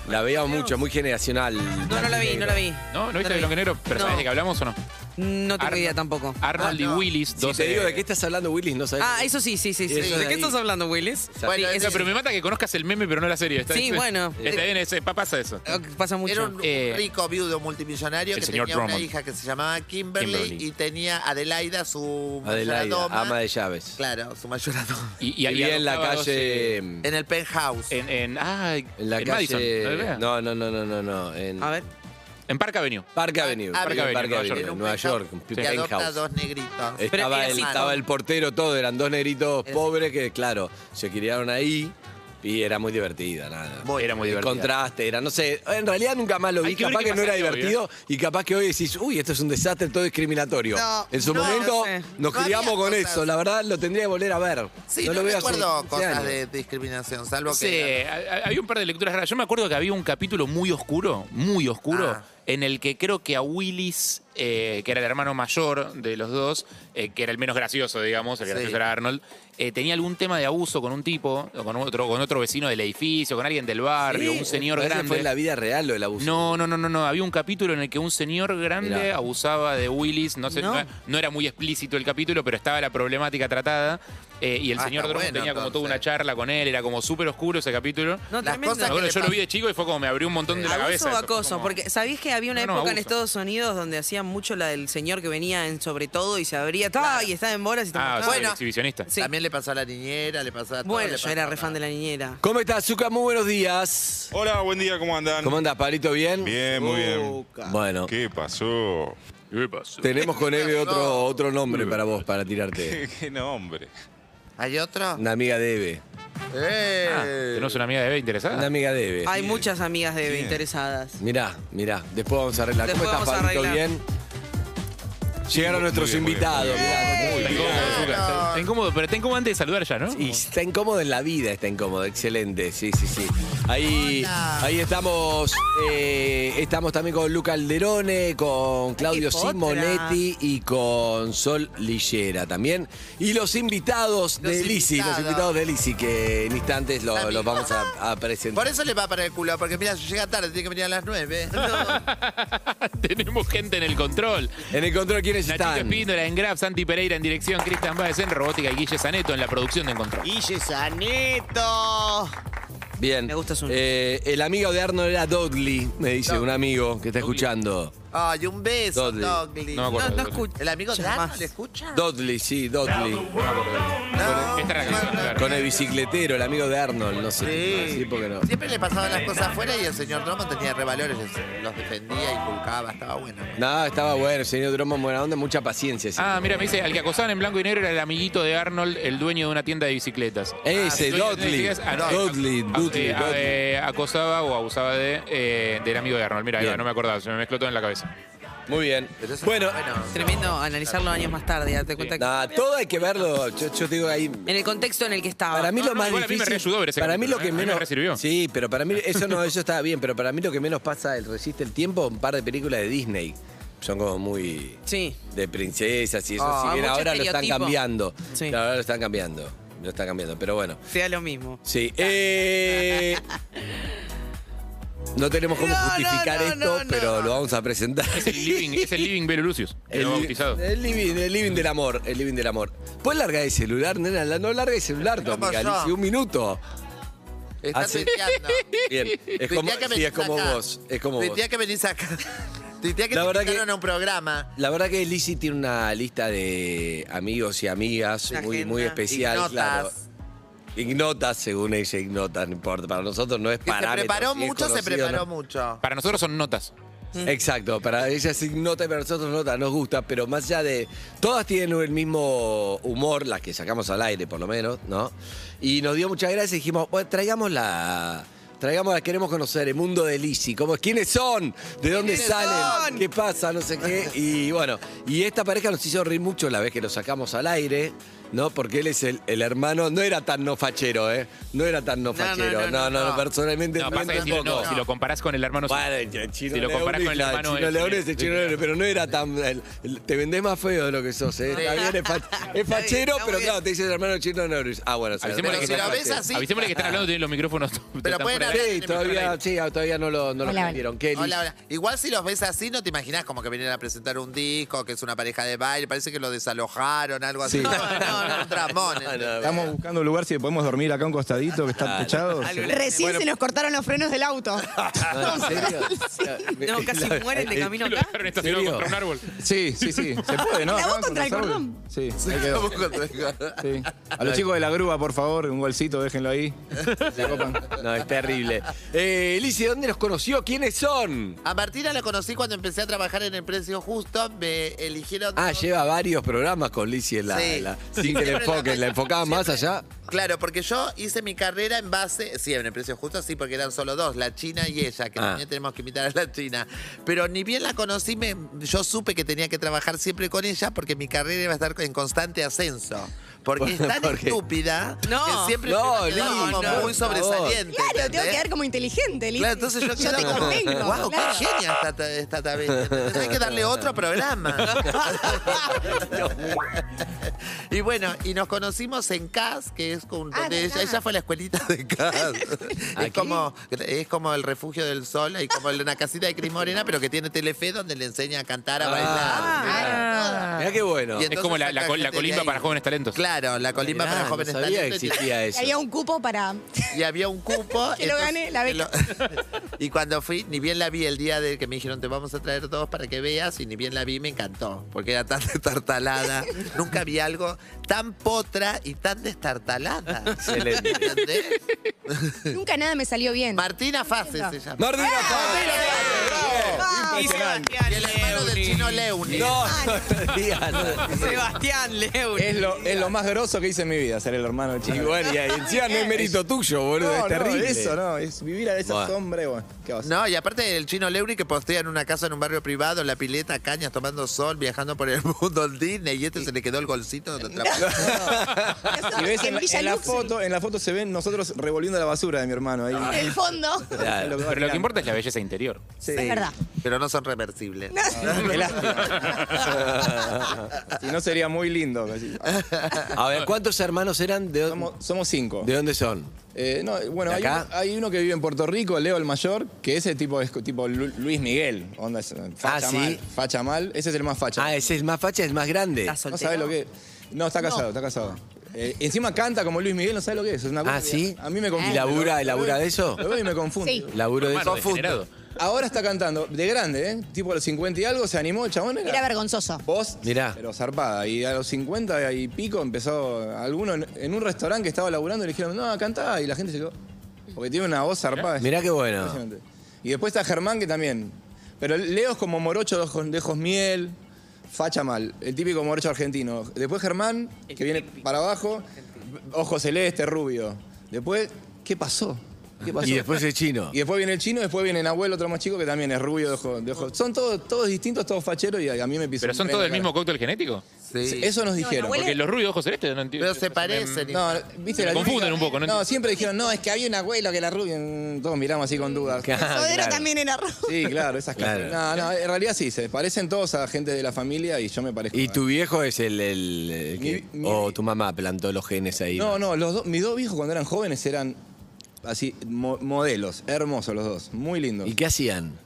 Speaker 11: la veíamos mucho, muy generacional.
Speaker 3: No, no la vi, no la vi.
Speaker 13: ¿No? ¿No viste de Blanco y Negro? ¿Pero
Speaker 3: No. Ah,
Speaker 13: sabés de qué hablamos o no?
Speaker 3: No tengo
Speaker 13: Arnold.
Speaker 3: idea tampoco.
Speaker 13: Arnold y Willis,
Speaker 11: Si
Speaker 13: dos eh,
Speaker 11: te digo de qué estás hablando, Willis, no sabes.
Speaker 3: Ah, eso sí, sí, sí. sí.
Speaker 11: Eso de
Speaker 3: ¿De qué
Speaker 11: ahí.
Speaker 3: estás hablando, Willis?
Speaker 10: Bueno,
Speaker 3: Sí,
Speaker 10: ese-
Speaker 3: eso
Speaker 13: pero me mata que conozcas el meme, pero no la serie. Está-
Speaker 3: Sí, bueno.
Speaker 13: Está bien, ese, pa- pasa eso.
Speaker 3: Ah, Pasa mucho.
Speaker 10: Era un
Speaker 13: Eh,
Speaker 10: rico viudo multimillonario
Speaker 13: el
Speaker 10: que
Speaker 13: señor
Speaker 10: tenía una
Speaker 13: Drummond.
Speaker 10: hija que se llamaba Kimberly,
Speaker 13: Kimberly.
Speaker 10: y tenía Adelaida, su
Speaker 11: Adelaida,
Speaker 10: mayoradoma.
Speaker 11: ama de llaves.
Speaker 10: Claro, su mayoradoma.
Speaker 13: Y, y- y
Speaker 11: Vivía en la
Speaker 13: adoptaba dos,
Speaker 11: calle.
Speaker 13: eh,
Speaker 11: En
Speaker 10: En el penthouse.
Speaker 13: En, en, ah,
Speaker 11: la
Speaker 13: en Madison, ¿no es
Speaker 11: calle.
Speaker 13: verdad?
Speaker 11: No, no, no, no, no, no. En
Speaker 3: A ver.
Speaker 13: En Park Avenue.
Speaker 11: Parque Avenue.
Speaker 10: Parque
Speaker 11: vivía en
Speaker 13: Avenue,
Speaker 11: Parque
Speaker 13: Nueva
Speaker 11: Avenue,
Speaker 13: York.
Speaker 11: en Nueva York. un
Speaker 10: Que adopta
Speaker 11: penthouse.
Speaker 10: dos negritos.
Speaker 3: Pero
Speaker 11: Estaba,
Speaker 3: era
Speaker 11: el,
Speaker 3: así.
Speaker 11: estaba el portero, todo, eran dos negritos pobres que, claro, se criaron ahí y era muy divertida, nada.
Speaker 10: Muy
Speaker 13: Era muy
Speaker 11: El
Speaker 13: divertido.
Speaker 11: contraste, era, no sé, en realidad nunca más lo
Speaker 13: Hay
Speaker 11: vi,
Speaker 13: que ver
Speaker 11: capaz
Speaker 13: qué
Speaker 11: que no era
Speaker 13: pasaría hoy,
Speaker 11: divertido y capaz que hoy decís, uy, esto es un desastre, todo discriminatorio.
Speaker 10: No,
Speaker 11: en su
Speaker 10: no,
Speaker 11: momento
Speaker 3: no sé.
Speaker 11: nos
Speaker 10: No
Speaker 11: criamos
Speaker 10: había
Speaker 11: con
Speaker 10: cosas.
Speaker 11: eso, la verdad lo tendría que volver a ver.
Speaker 10: Sí, no,
Speaker 11: no lo veo hace
Speaker 10: recuerdo
Speaker 11: 15
Speaker 10: cosas
Speaker 11: años.
Speaker 10: de discriminación, salvo
Speaker 13: No
Speaker 10: que...
Speaker 13: sé, ha- ha- había un par de lecturas raras. Yo me acuerdo que había un capítulo muy oscuro, muy oscuro,
Speaker 10: Ah.
Speaker 13: en el que creo que a Willis, eh, que era el hermano mayor de los dos, eh, que era el menos gracioso, digamos, el
Speaker 10: Sí.
Speaker 13: gracioso era Arnold, eh, tenía algún tema de abuso con un tipo, o con otro, con otro vecino del edificio, con alguien del barrio,
Speaker 11: Sí,
Speaker 13: un señor
Speaker 11: parece que
Speaker 13: grande.
Speaker 11: fue en la vida real lo del abuso.
Speaker 13: No, no, no, no, no. Había un capítulo en el que un señor grande
Speaker 11: Mirá.
Speaker 13: abusaba de Willis. No, sé,
Speaker 11: No.
Speaker 13: no. no era muy explícito el capítulo, pero estaba la problemática tratada. eh, y el
Speaker 10: Ah,
Speaker 13: señor
Speaker 10: está
Speaker 13: Drummond
Speaker 10: bueno,
Speaker 13: tenía como toda una
Speaker 10: entonces.
Speaker 13: charla con él. Era como súper oscuro ese capítulo.
Speaker 3: No, Las tremendo. cosas que
Speaker 13: Bueno,
Speaker 3: le
Speaker 13: yo lo
Speaker 3: pas-
Speaker 13: vi de chico y fue como me abrió un montón de la
Speaker 3: ¿Abuso
Speaker 13: cabeza.
Speaker 3: o
Speaker 13: eso. Fue
Speaker 3: acoso?
Speaker 13: como-
Speaker 3: Porque sabías que había una
Speaker 13: No, no,
Speaker 3: época en
Speaker 13: abuso.
Speaker 3: Estados Unidos donde hacían mucho la del señor que venía en sobre todo y se abría todo y estaba en bolas y te
Speaker 13: Ah,
Speaker 3: mostraba.
Speaker 13: soy exhibicionista.
Speaker 10: También le pasó a la niñera, le pasó a todo.
Speaker 3: Bueno,
Speaker 10: le
Speaker 3: yo
Speaker 10: pasó
Speaker 3: era
Speaker 10: a
Speaker 3: re fan de la niñera.
Speaker 11: ¿Cómo estás, Zuka? Muy buenos días.
Speaker 1: Hola, buen día, ¿cómo andan?
Speaker 11: ¿Cómo andas, Pablito? ¿Bien?
Speaker 1: Bien, muy bien.
Speaker 11: Bueno.
Speaker 1: ¿Qué pasó?
Speaker 13: ¿Qué pasó?
Speaker 11: (laughs) Tenemos con Eve otro, otro nombre para vos,
Speaker 3: (laughs)
Speaker 11: para tirarte.
Speaker 1: ¿Qué nombre?
Speaker 10: ¿Hay otro? Eh.
Speaker 11: Una amiga de Eve.
Speaker 13: Ah, ¿Tenemos una amiga de B interesada?
Speaker 11: Una amiga de Eve.
Speaker 3: Hay muchas amigas de
Speaker 11: Bien.
Speaker 3: interesadas.
Speaker 11: Mirá, mirá. Después vamos a arreglar.
Speaker 3: Después
Speaker 11: ¿Cómo estás,
Speaker 3: vamos a
Speaker 11: Pablito?
Speaker 3: arreglar.
Speaker 11: ¿Bien? Llegaron nuestros invitados. mirá.
Speaker 13: Está incómodo, Zucca, está- está incómodo, pero está incómodo antes de saludar ya, ¿no?
Speaker 11: Y está incómodo en la vida, está incómodo, excelente, sí, sí, sí. Ahí, ahí estamos, eh, estamos también con Luca Alderone, con Claudio
Speaker 3: qué potra.
Speaker 11: Simonetti y con Sol Lillera también. Y los invitados de
Speaker 10: Los
Speaker 11: Lisi, los
Speaker 10: invitados.
Speaker 11: invitados de Lisi, que en instantes lo- los vamos a, a presentar.
Speaker 10: Por eso le va para el culo, porque mira, llega tarde, tiene que venir a las 9.
Speaker 13: (laughs) Tenemos gente en el control.
Speaker 11: En el control, ¿quiénes
Speaker 13: Nachito
Speaker 11: están?
Speaker 13: Espíndola en Graf, Santi Pereira en dirección, Cristian Báez en robótica y Guille Zaneto en la producción de En Control.
Speaker 3: Guille Saneto.
Speaker 11: Bien. Me gusta su El amigo de Arnold era Dudley, me dice un amigo que está escuchando.
Speaker 10: Ay, un beso,
Speaker 11: Dudley.
Speaker 10: Dudley.
Speaker 11: No me acuerdo No, no de Dudley. escucho
Speaker 10: ¿El amigo de Arnold
Speaker 3: más.
Speaker 10: le escucha?
Speaker 11: Dudley, sí, Dudley.
Speaker 13: Esta era la canción, claro.
Speaker 11: Con el bicicletero, el amigo de Arnold, no sé. no sé por qué no.
Speaker 10: Siempre le pasaban las cosas afuera y el señor Drummond tenía revalores, les- los defendía, inculcaba, estaba bueno.
Speaker 11: No, estaba bueno, el señor Drummond, buena onda, mucha paciencia. sí.
Speaker 13: Ah, mira, me dice, al que acosaban en blanco y negro era el amiguito de Arnold, el dueño de una tienda de bicicletas. Ah,
Speaker 11: Ese,
Speaker 13: El dueño de una
Speaker 11: Dudley,
Speaker 13: tienda de bicicletas, ah,
Speaker 11: Dudley,
Speaker 13: eh,
Speaker 11: Dudley,
Speaker 13: eh,
Speaker 11: Dudley.
Speaker 13: eh, acosaba o abusaba de, eh, del amigo de Arnold. Mira, ahí va, no me acordaba, se me mezcló todo en la cabeza.
Speaker 11: Muy bien. Bueno,
Speaker 3: Tremendo analizarlo años más tarde, date cuenta que.
Speaker 11: nada, todo hay que verlo. Yo, yo te digo ahí.
Speaker 3: En el contexto en el que estaba.
Speaker 11: Para mí lo más
Speaker 13: Ah, igual a mí me
Speaker 11: difícil.
Speaker 13: reayudó ver ese
Speaker 11: para mí
Speaker 13: capítulo,
Speaker 11: lo que
Speaker 13: ¿eh? A mí me
Speaker 11: menos. Sí, pero para mí eso no, eso estaba bien. Pero para mí lo que menos pasa, el resiste el tiempo, un par de películas de Disney. Son como muy
Speaker 3: Sí.
Speaker 11: de princesas y eso.
Speaker 3: Ah,
Speaker 11: si bien
Speaker 3: mucho
Speaker 11: ahora lo están
Speaker 3: estereotipo.
Speaker 11: cambiando. Claro, ahora lo están cambiando. Lo están cambiando. Pero bueno.
Speaker 3: Sea lo mismo.
Speaker 11: Sí. eh, no tenemos cómo
Speaker 3: No, no,
Speaker 11: justificar
Speaker 3: no,
Speaker 11: esto,
Speaker 3: no, no.
Speaker 11: pero lo vamos a presentar.
Speaker 13: Es
Speaker 11: (laughs)
Speaker 13: el living, es el living Belo Lucius, el, nuevo bautizado.
Speaker 11: el living, el living del amor, el living del amor. Pues larga el celular, nena, la- no larga el celular, tu
Speaker 10: ¿Cómo
Speaker 11: amiga,
Speaker 10: yo?
Speaker 11: Alicia, un minuto.
Speaker 10: Está
Speaker 11: Hace-
Speaker 10: tuiteando.
Speaker 11: Bien, es
Speaker 10: Tuitea
Speaker 11: como,
Speaker 10: que
Speaker 11: sí,
Speaker 10: venís
Speaker 11: es como
Speaker 10: acá.
Speaker 11: vos, es como vos.
Speaker 10: Tuitea que venís acá. (laughs) Tuitea que
Speaker 11: La
Speaker 10: te
Speaker 11: verdad que-
Speaker 10: invitaron a un programa.
Speaker 11: La verdad que Lizzy tiene una lista de amigos y amigas
Speaker 10: Una
Speaker 11: muy,
Speaker 10: agenda.
Speaker 11: muy especial,
Speaker 10: Ignotas.
Speaker 11: claro. Ignotas, según ella, ignotas, no importa. Para nosotros no es
Speaker 10: Que se
Speaker 11: parámetro.
Speaker 10: preparó
Speaker 11: si es
Speaker 10: mucho, se
Speaker 11: conocido o
Speaker 10: preparó
Speaker 11: no.
Speaker 10: mucho.
Speaker 13: Para nosotros son notas.
Speaker 11: Mm. Exacto, para ellas es nota y para nosotros nota, nos gusta, pero más allá de. Todas tienen el mismo humor, las que sacamos al aire por lo menos, ¿no? Y nos dio muchas gracias y dijimos, bueno, traigamos la. Traigamos la, queremos conocer el mundo de Lizzy, cómo, quiénes son, de dónde
Speaker 10: ¿Quiénes
Speaker 11: salen,
Speaker 10: son?
Speaker 11: qué pasa, no sé qué. Y bueno, y esta pareja nos hizo reír mucho la vez que lo sacamos al aire, ¿no? Porque él es el, el hermano, no era tan no fachero, ¿eh? No era tan no fachero, no, no,
Speaker 10: no.
Speaker 11: personalmente
Speaker 13: No, pasa que si, lo-
Speaker 11: tampoco.
Speaker 13: no, si lo comparás con el hermano...
Speaker 11: Bueno,
Speaker 13: si lo comparás con el
Speaker 11: Leone,
Speaker 13: hermano... ¿eh?
Speaker 11: Chino
Speaker 13: de-
Speaker 11: Leone es el Chino Leone, pero no era tan. el- el- te vendés más feo de lo que sos, ¿eh? Está bien, es,
Speaker 14: (laughs)
Speaker 11: fa- es fachero, pero claro, te dice el hermano Chino Leone. Ah, bueno, se
Speaker 13: Avisémosle que,
Speaker 11: pero
Speaker 13: están-
Speaker 11: si lo ves así-
Speaker 13: avisémosle que están hablando, tienen los micrófonos... están fuera (laughs) de-
Speaker 11: Sí, todavía, sí, ah, todavía no lo, no lo vendieron. Kelly.
Speaker 10: Hola, hola. Igual si los ves así, no te imaginas como que vienen a presentar un disco, que es una pareja de baile, parece que lo desalojaron, algo así.
Speaker 14: Sí.
Speaker 10: No, no, no, un
Speaker 11: (laughs) Ah,
Speaker 10: tramón.
Speaker 14: Estamos buscando un lugar si podemos dormir acá un costadito que está techado. (laughs)
Speaker 4: Recién se nos cortaron los frenos del auto.
Speaker 14: ¿En serio? (laughs)
Speaker 3: No, casi mueren de camino acá.
Speaker 14: estacionado contra un
Speaker 13: árbol.
Speaker 14: Sí, sí, sí. Se puede, ¿no?
Speaker 4: (laughs) La
Speaker 14: Acá
Speaker 4: voz contra el
Speaker 14: los árboles.
Speaker 4: cordón.
Speaker 14: Sí, ahí quedó. Sí. A los chicos de la grúa, por favor, un golcito, déjenlo
Speaker 15: (laughs)
Speaker 14: ahí.
Speaker 11: No, es terrible. Eh, Elise, ¿dónde los conoció? ¿Quiénes son?
Speaker 10: A Martina la conocí cuando empecé a trabajar en el precio justo, me eligieron.
Speaker 11: Ah, lleva varios programas con Lizzie en la.
Speaker 10: Sí.
Speaker 11: la-
Speaker 10: Sí,
Speaker 15: Sin que le
Speaker 10: Siempre la
Speaker 15: enfoquen, la enfocaban más allá.
Speaker 10: Claro, porque yo hice mi carrera en base, sí, en el precio justo, sí, porque eran solo dos, la China y ella, que
Speaker 15: Ah.
Speaker 10: también tenemos que invitar a la China. Pero ni bien la conocí, me- yo supe que tenía que trabajar siempre con ella porque mi carrera iba a estar en constante ascenso. Porque es tan
Speaker 15: ¿Por qué?
Speaker 10: estúpida
Speaker 4: No.
Speaker 10: que siempre
Speaker 15: No,
Speaker 10: me quedaba
Speaker 15: Lili,
Speaker 10: como
Speaker 15: no,
Speaker 10: muy
Speaker 15: por favor.
Speaker 10: sobresaliente.
Speaker 4: Claro, tengo que
Speaker 10: ¿entendés?
Speaker 4: quedar como inteligente, Lili.
Speaker 10: Claro, entonces yo,
Speaker 4: te
Speaker 10: quedaba-
Speaker 4: contengo. claro.
Speaker 10: Guau, qué genia esta, ta- esta tabela. Entonces hay que darle
Speaker 4: (laughs)
Speaker 10: otro programa. (laughs) y bueno, y nos conocimos en CAS, que es con
Speaker 4: Ah,
Speaker 10: donde ella, ella fue a la escuelita
Speaker 4: (laughs)
Speaker 10: de CAS. es, como, es como el refugio del sol, hay como una casita de Cris Morena, pero que tiene Telefe donde le enseña a cantar, a
Speaker 13: Ah.
Speaker 10: bailar.
Speaker 15: Ah, Mirá qué bueno.
Speaker 10: Y
Speaker 13: Es como la,
Speaker 10: entonces
Speaker 13: la,
Speaker 10: saca
Speaker 13: col- la
Speaker 10: gente de
Speaker 13: colimba
Speaker 10: ahí.
Speaker 13: para jóvenes talentos.
Speaker 10: Claro, la colimba
Speaker 15: Mirá,
Speaker 10: para
Speaker 15: no
Speaker 10: jóvenes
Speaker 15: sabía
Speaker 10: talentos.
Speaker 15: que existía
Speaker 4: Y había un cupo para
Speaker 10: Y había un cupo.
Speaker 4: (laughs) que lo
Speaker 10: entonces-
Speaker 4: gane la beca.
Speaker 10: (laughs) y cuando fui, ni bien la vi el día de que me dijeron, te vamos a traer dos para que veas, y ni bien la vi, me encantó, porque era tan (laughs) destartalada. Nunca vi algo tan potra y tan destartalada.
Speaker 15: Excelente.
Speaker 10: ¿Entendés?
Speaker 4: Nunca nada me salió bien.
Speaker 10: Martina Fase se llama.
Speaker 15: Martina
Speaker 10: Y el hermano del chino Leuni.
Speaker 15: No, no, (laughs) digas
Speaker 11: (laughs)
Speaker 15: nada.
Speaker 3: Sebastián Leu.
Speaker 11: Es lo, es lo más groso que hice en mi vida, ser el hermano del
Speaker 15: Y
Speaker 11: chico.
Speaker 15: bueno, y ahí encima no es mérito tuyo, boludo.
Speaker 11: No,
Speaker 15: es terrible.
Speaker 11: No, eso no, es vivir a esa
Speaker 15: Bueno.
Speaker 11: sombra y bueno, ¿qué vas a hacer?
Speaker 10: No, y aparte el chino Leuri que postea en una casa en un barrio privado, en la pileta, cañas, tomando sol, viajando por el mundo al Disney, y este se le quedó el golcito. donde atrapó.
Speaker 4: (laughs)
Speaker 11: Y ves en, la-
Speaker 4: Villa
Speaker 11: en la
Speaker 4: Luxury.
Speaker 11: foto, en la foto se ven nosotros revolviendo la basura de mi hermano ahí.
Speaker 4: El fondo.
Speaker 15: Claro.
Speaker 11: Lo que va
Speaker 13: Pero lo que
Speaker 11: tirando.
Speaker 13: importa es la belleza interior.
Speaker 11: Sí.
Speaker 4: Es verdad.
Speaker 10: Pero no son reversibles.
Speaker 11: Qué lástima. (laughs) si no sería muy lindo. casi.
Speaker 15: A ver, ¿cuántos hermanos eran? ¿De, dó-
Speaker 11: Somos, somos cinco.
Speaker 15: de dónde son?
Speaker 11: Eh, no, bueno,
Speaker 15: ¿De
Speaker 11: hay
Speaker 15: acá?
Speaker 11: uno, hay uno que vive en Puerto Rico, Leo el Mayor, que ese tipo es tipo Lu- Luis Miguel. Onda, es, eh, facha
Speaker 15: Ah, ¿sí?
Speaker 11: mal. Facha mal. Ese es el más facha.
Speaker 15: Ah, ese es el más facha, es el más grande.
Speaker 11: no sabe lo que es. No, está casado, está casado. Eh, encima canta como Luis Miguel, no sabe lo que es. es una cosa
Speaker 15: Ah,
Speaker 11: que
Speaker 15: ¿sí?
Speaker 11: A mí me confunde.
Speaker 15: ¿Y labura-
Speaker 11: Lo- lo
Speaker 15: labura
Speaker 11: veo-
Speaker 15: de eso?
Speaker 11: Lo veo y me confunde.
Speaker 4: Sí.
Speaker 15: Laburo de
Speaker 13: Hermano
Speaker 15: eso.
Speaker 13: degenerado.
Speaker 11: Ahora está cantando, de grande, ¿eh? Tipo a los 50 y algo, se animó, el chabón.
Speaker 4: Era vergonzoso.
Speaker 11: Vos,
Speaker 15: Mirá.
Speaker 11: pero zarpada. Y a los 50 y pico empezó alguno en, en un restaurante que estaba laburando y le dijeron, no, cantá. Y la gente se quedó. Porque tiene una voz zarpada.
Speaker 15: Mirá qué bueno.
Speaker 11: Impresionante. Y después está Germán, que también. Pero Leo es como morocho de ojos, de ojos miel, facha mal, el típico morocho argentino. Después Germán, que viene para abajo, ojo celeste, rubio. Después, ¿qué pasó? ¿Qué pasó?
Speaker 15: Y después el chino.
Speaker 11: Y después viene el chino, después viene Nahuel, otro más chico que también es rubio de ojo. de ojo. Son todos, todos distintos, todos facheros y a, a mí me pisó.
Speaker 13: ¿Pero
Speaker 11: un
Speaker 13: son
Speaker 11: tren
Speaker 13: todos
Speaker 11: en
Speaker 13: del
Speaker 11: la
Speaker 13: mismo cóctel genético?
Speaker 10: Sí.
Speaker 11: cara. Eso nos dijeron.
Speaker 13: Porque los ruidos de ojos celestes no entiendo.
Speaker 10: Pero se parecen.
Speaker 11: No, viste
Speaker 13: Me
Speaker 11: la
Speaker 13: confunden
Speaker 11: típica-
Speaker 13: un poco, ¿no?
Speaker 11: No, siempre dijeron, no, es que había un abuelo que la rubia. Mm, Todos miramos así con dudas.
Speaker 4: Sodero también era rojo.
Speaker 11: Sí, claro, esas
Speaker 15: Claro.
Speaker 11: cosas. No, no, en realidad sí, se parecen todos a gente de la familia y yo me parezco.
Speaker 15: ¿Y
Speaker 11: a-
Speaker 15: tu viejo es el, el- el que-
Speaker 11: Mi- mi-
Speaker 15: o tu mamá plantó los genes ahí?
Speaker 11: No, no, los dos, mis dos viejos cuando eran jóvenes eran así, mo- modelos, hermosos los dos, muy lindos.
Speaker 15: ¿Y qué hacían?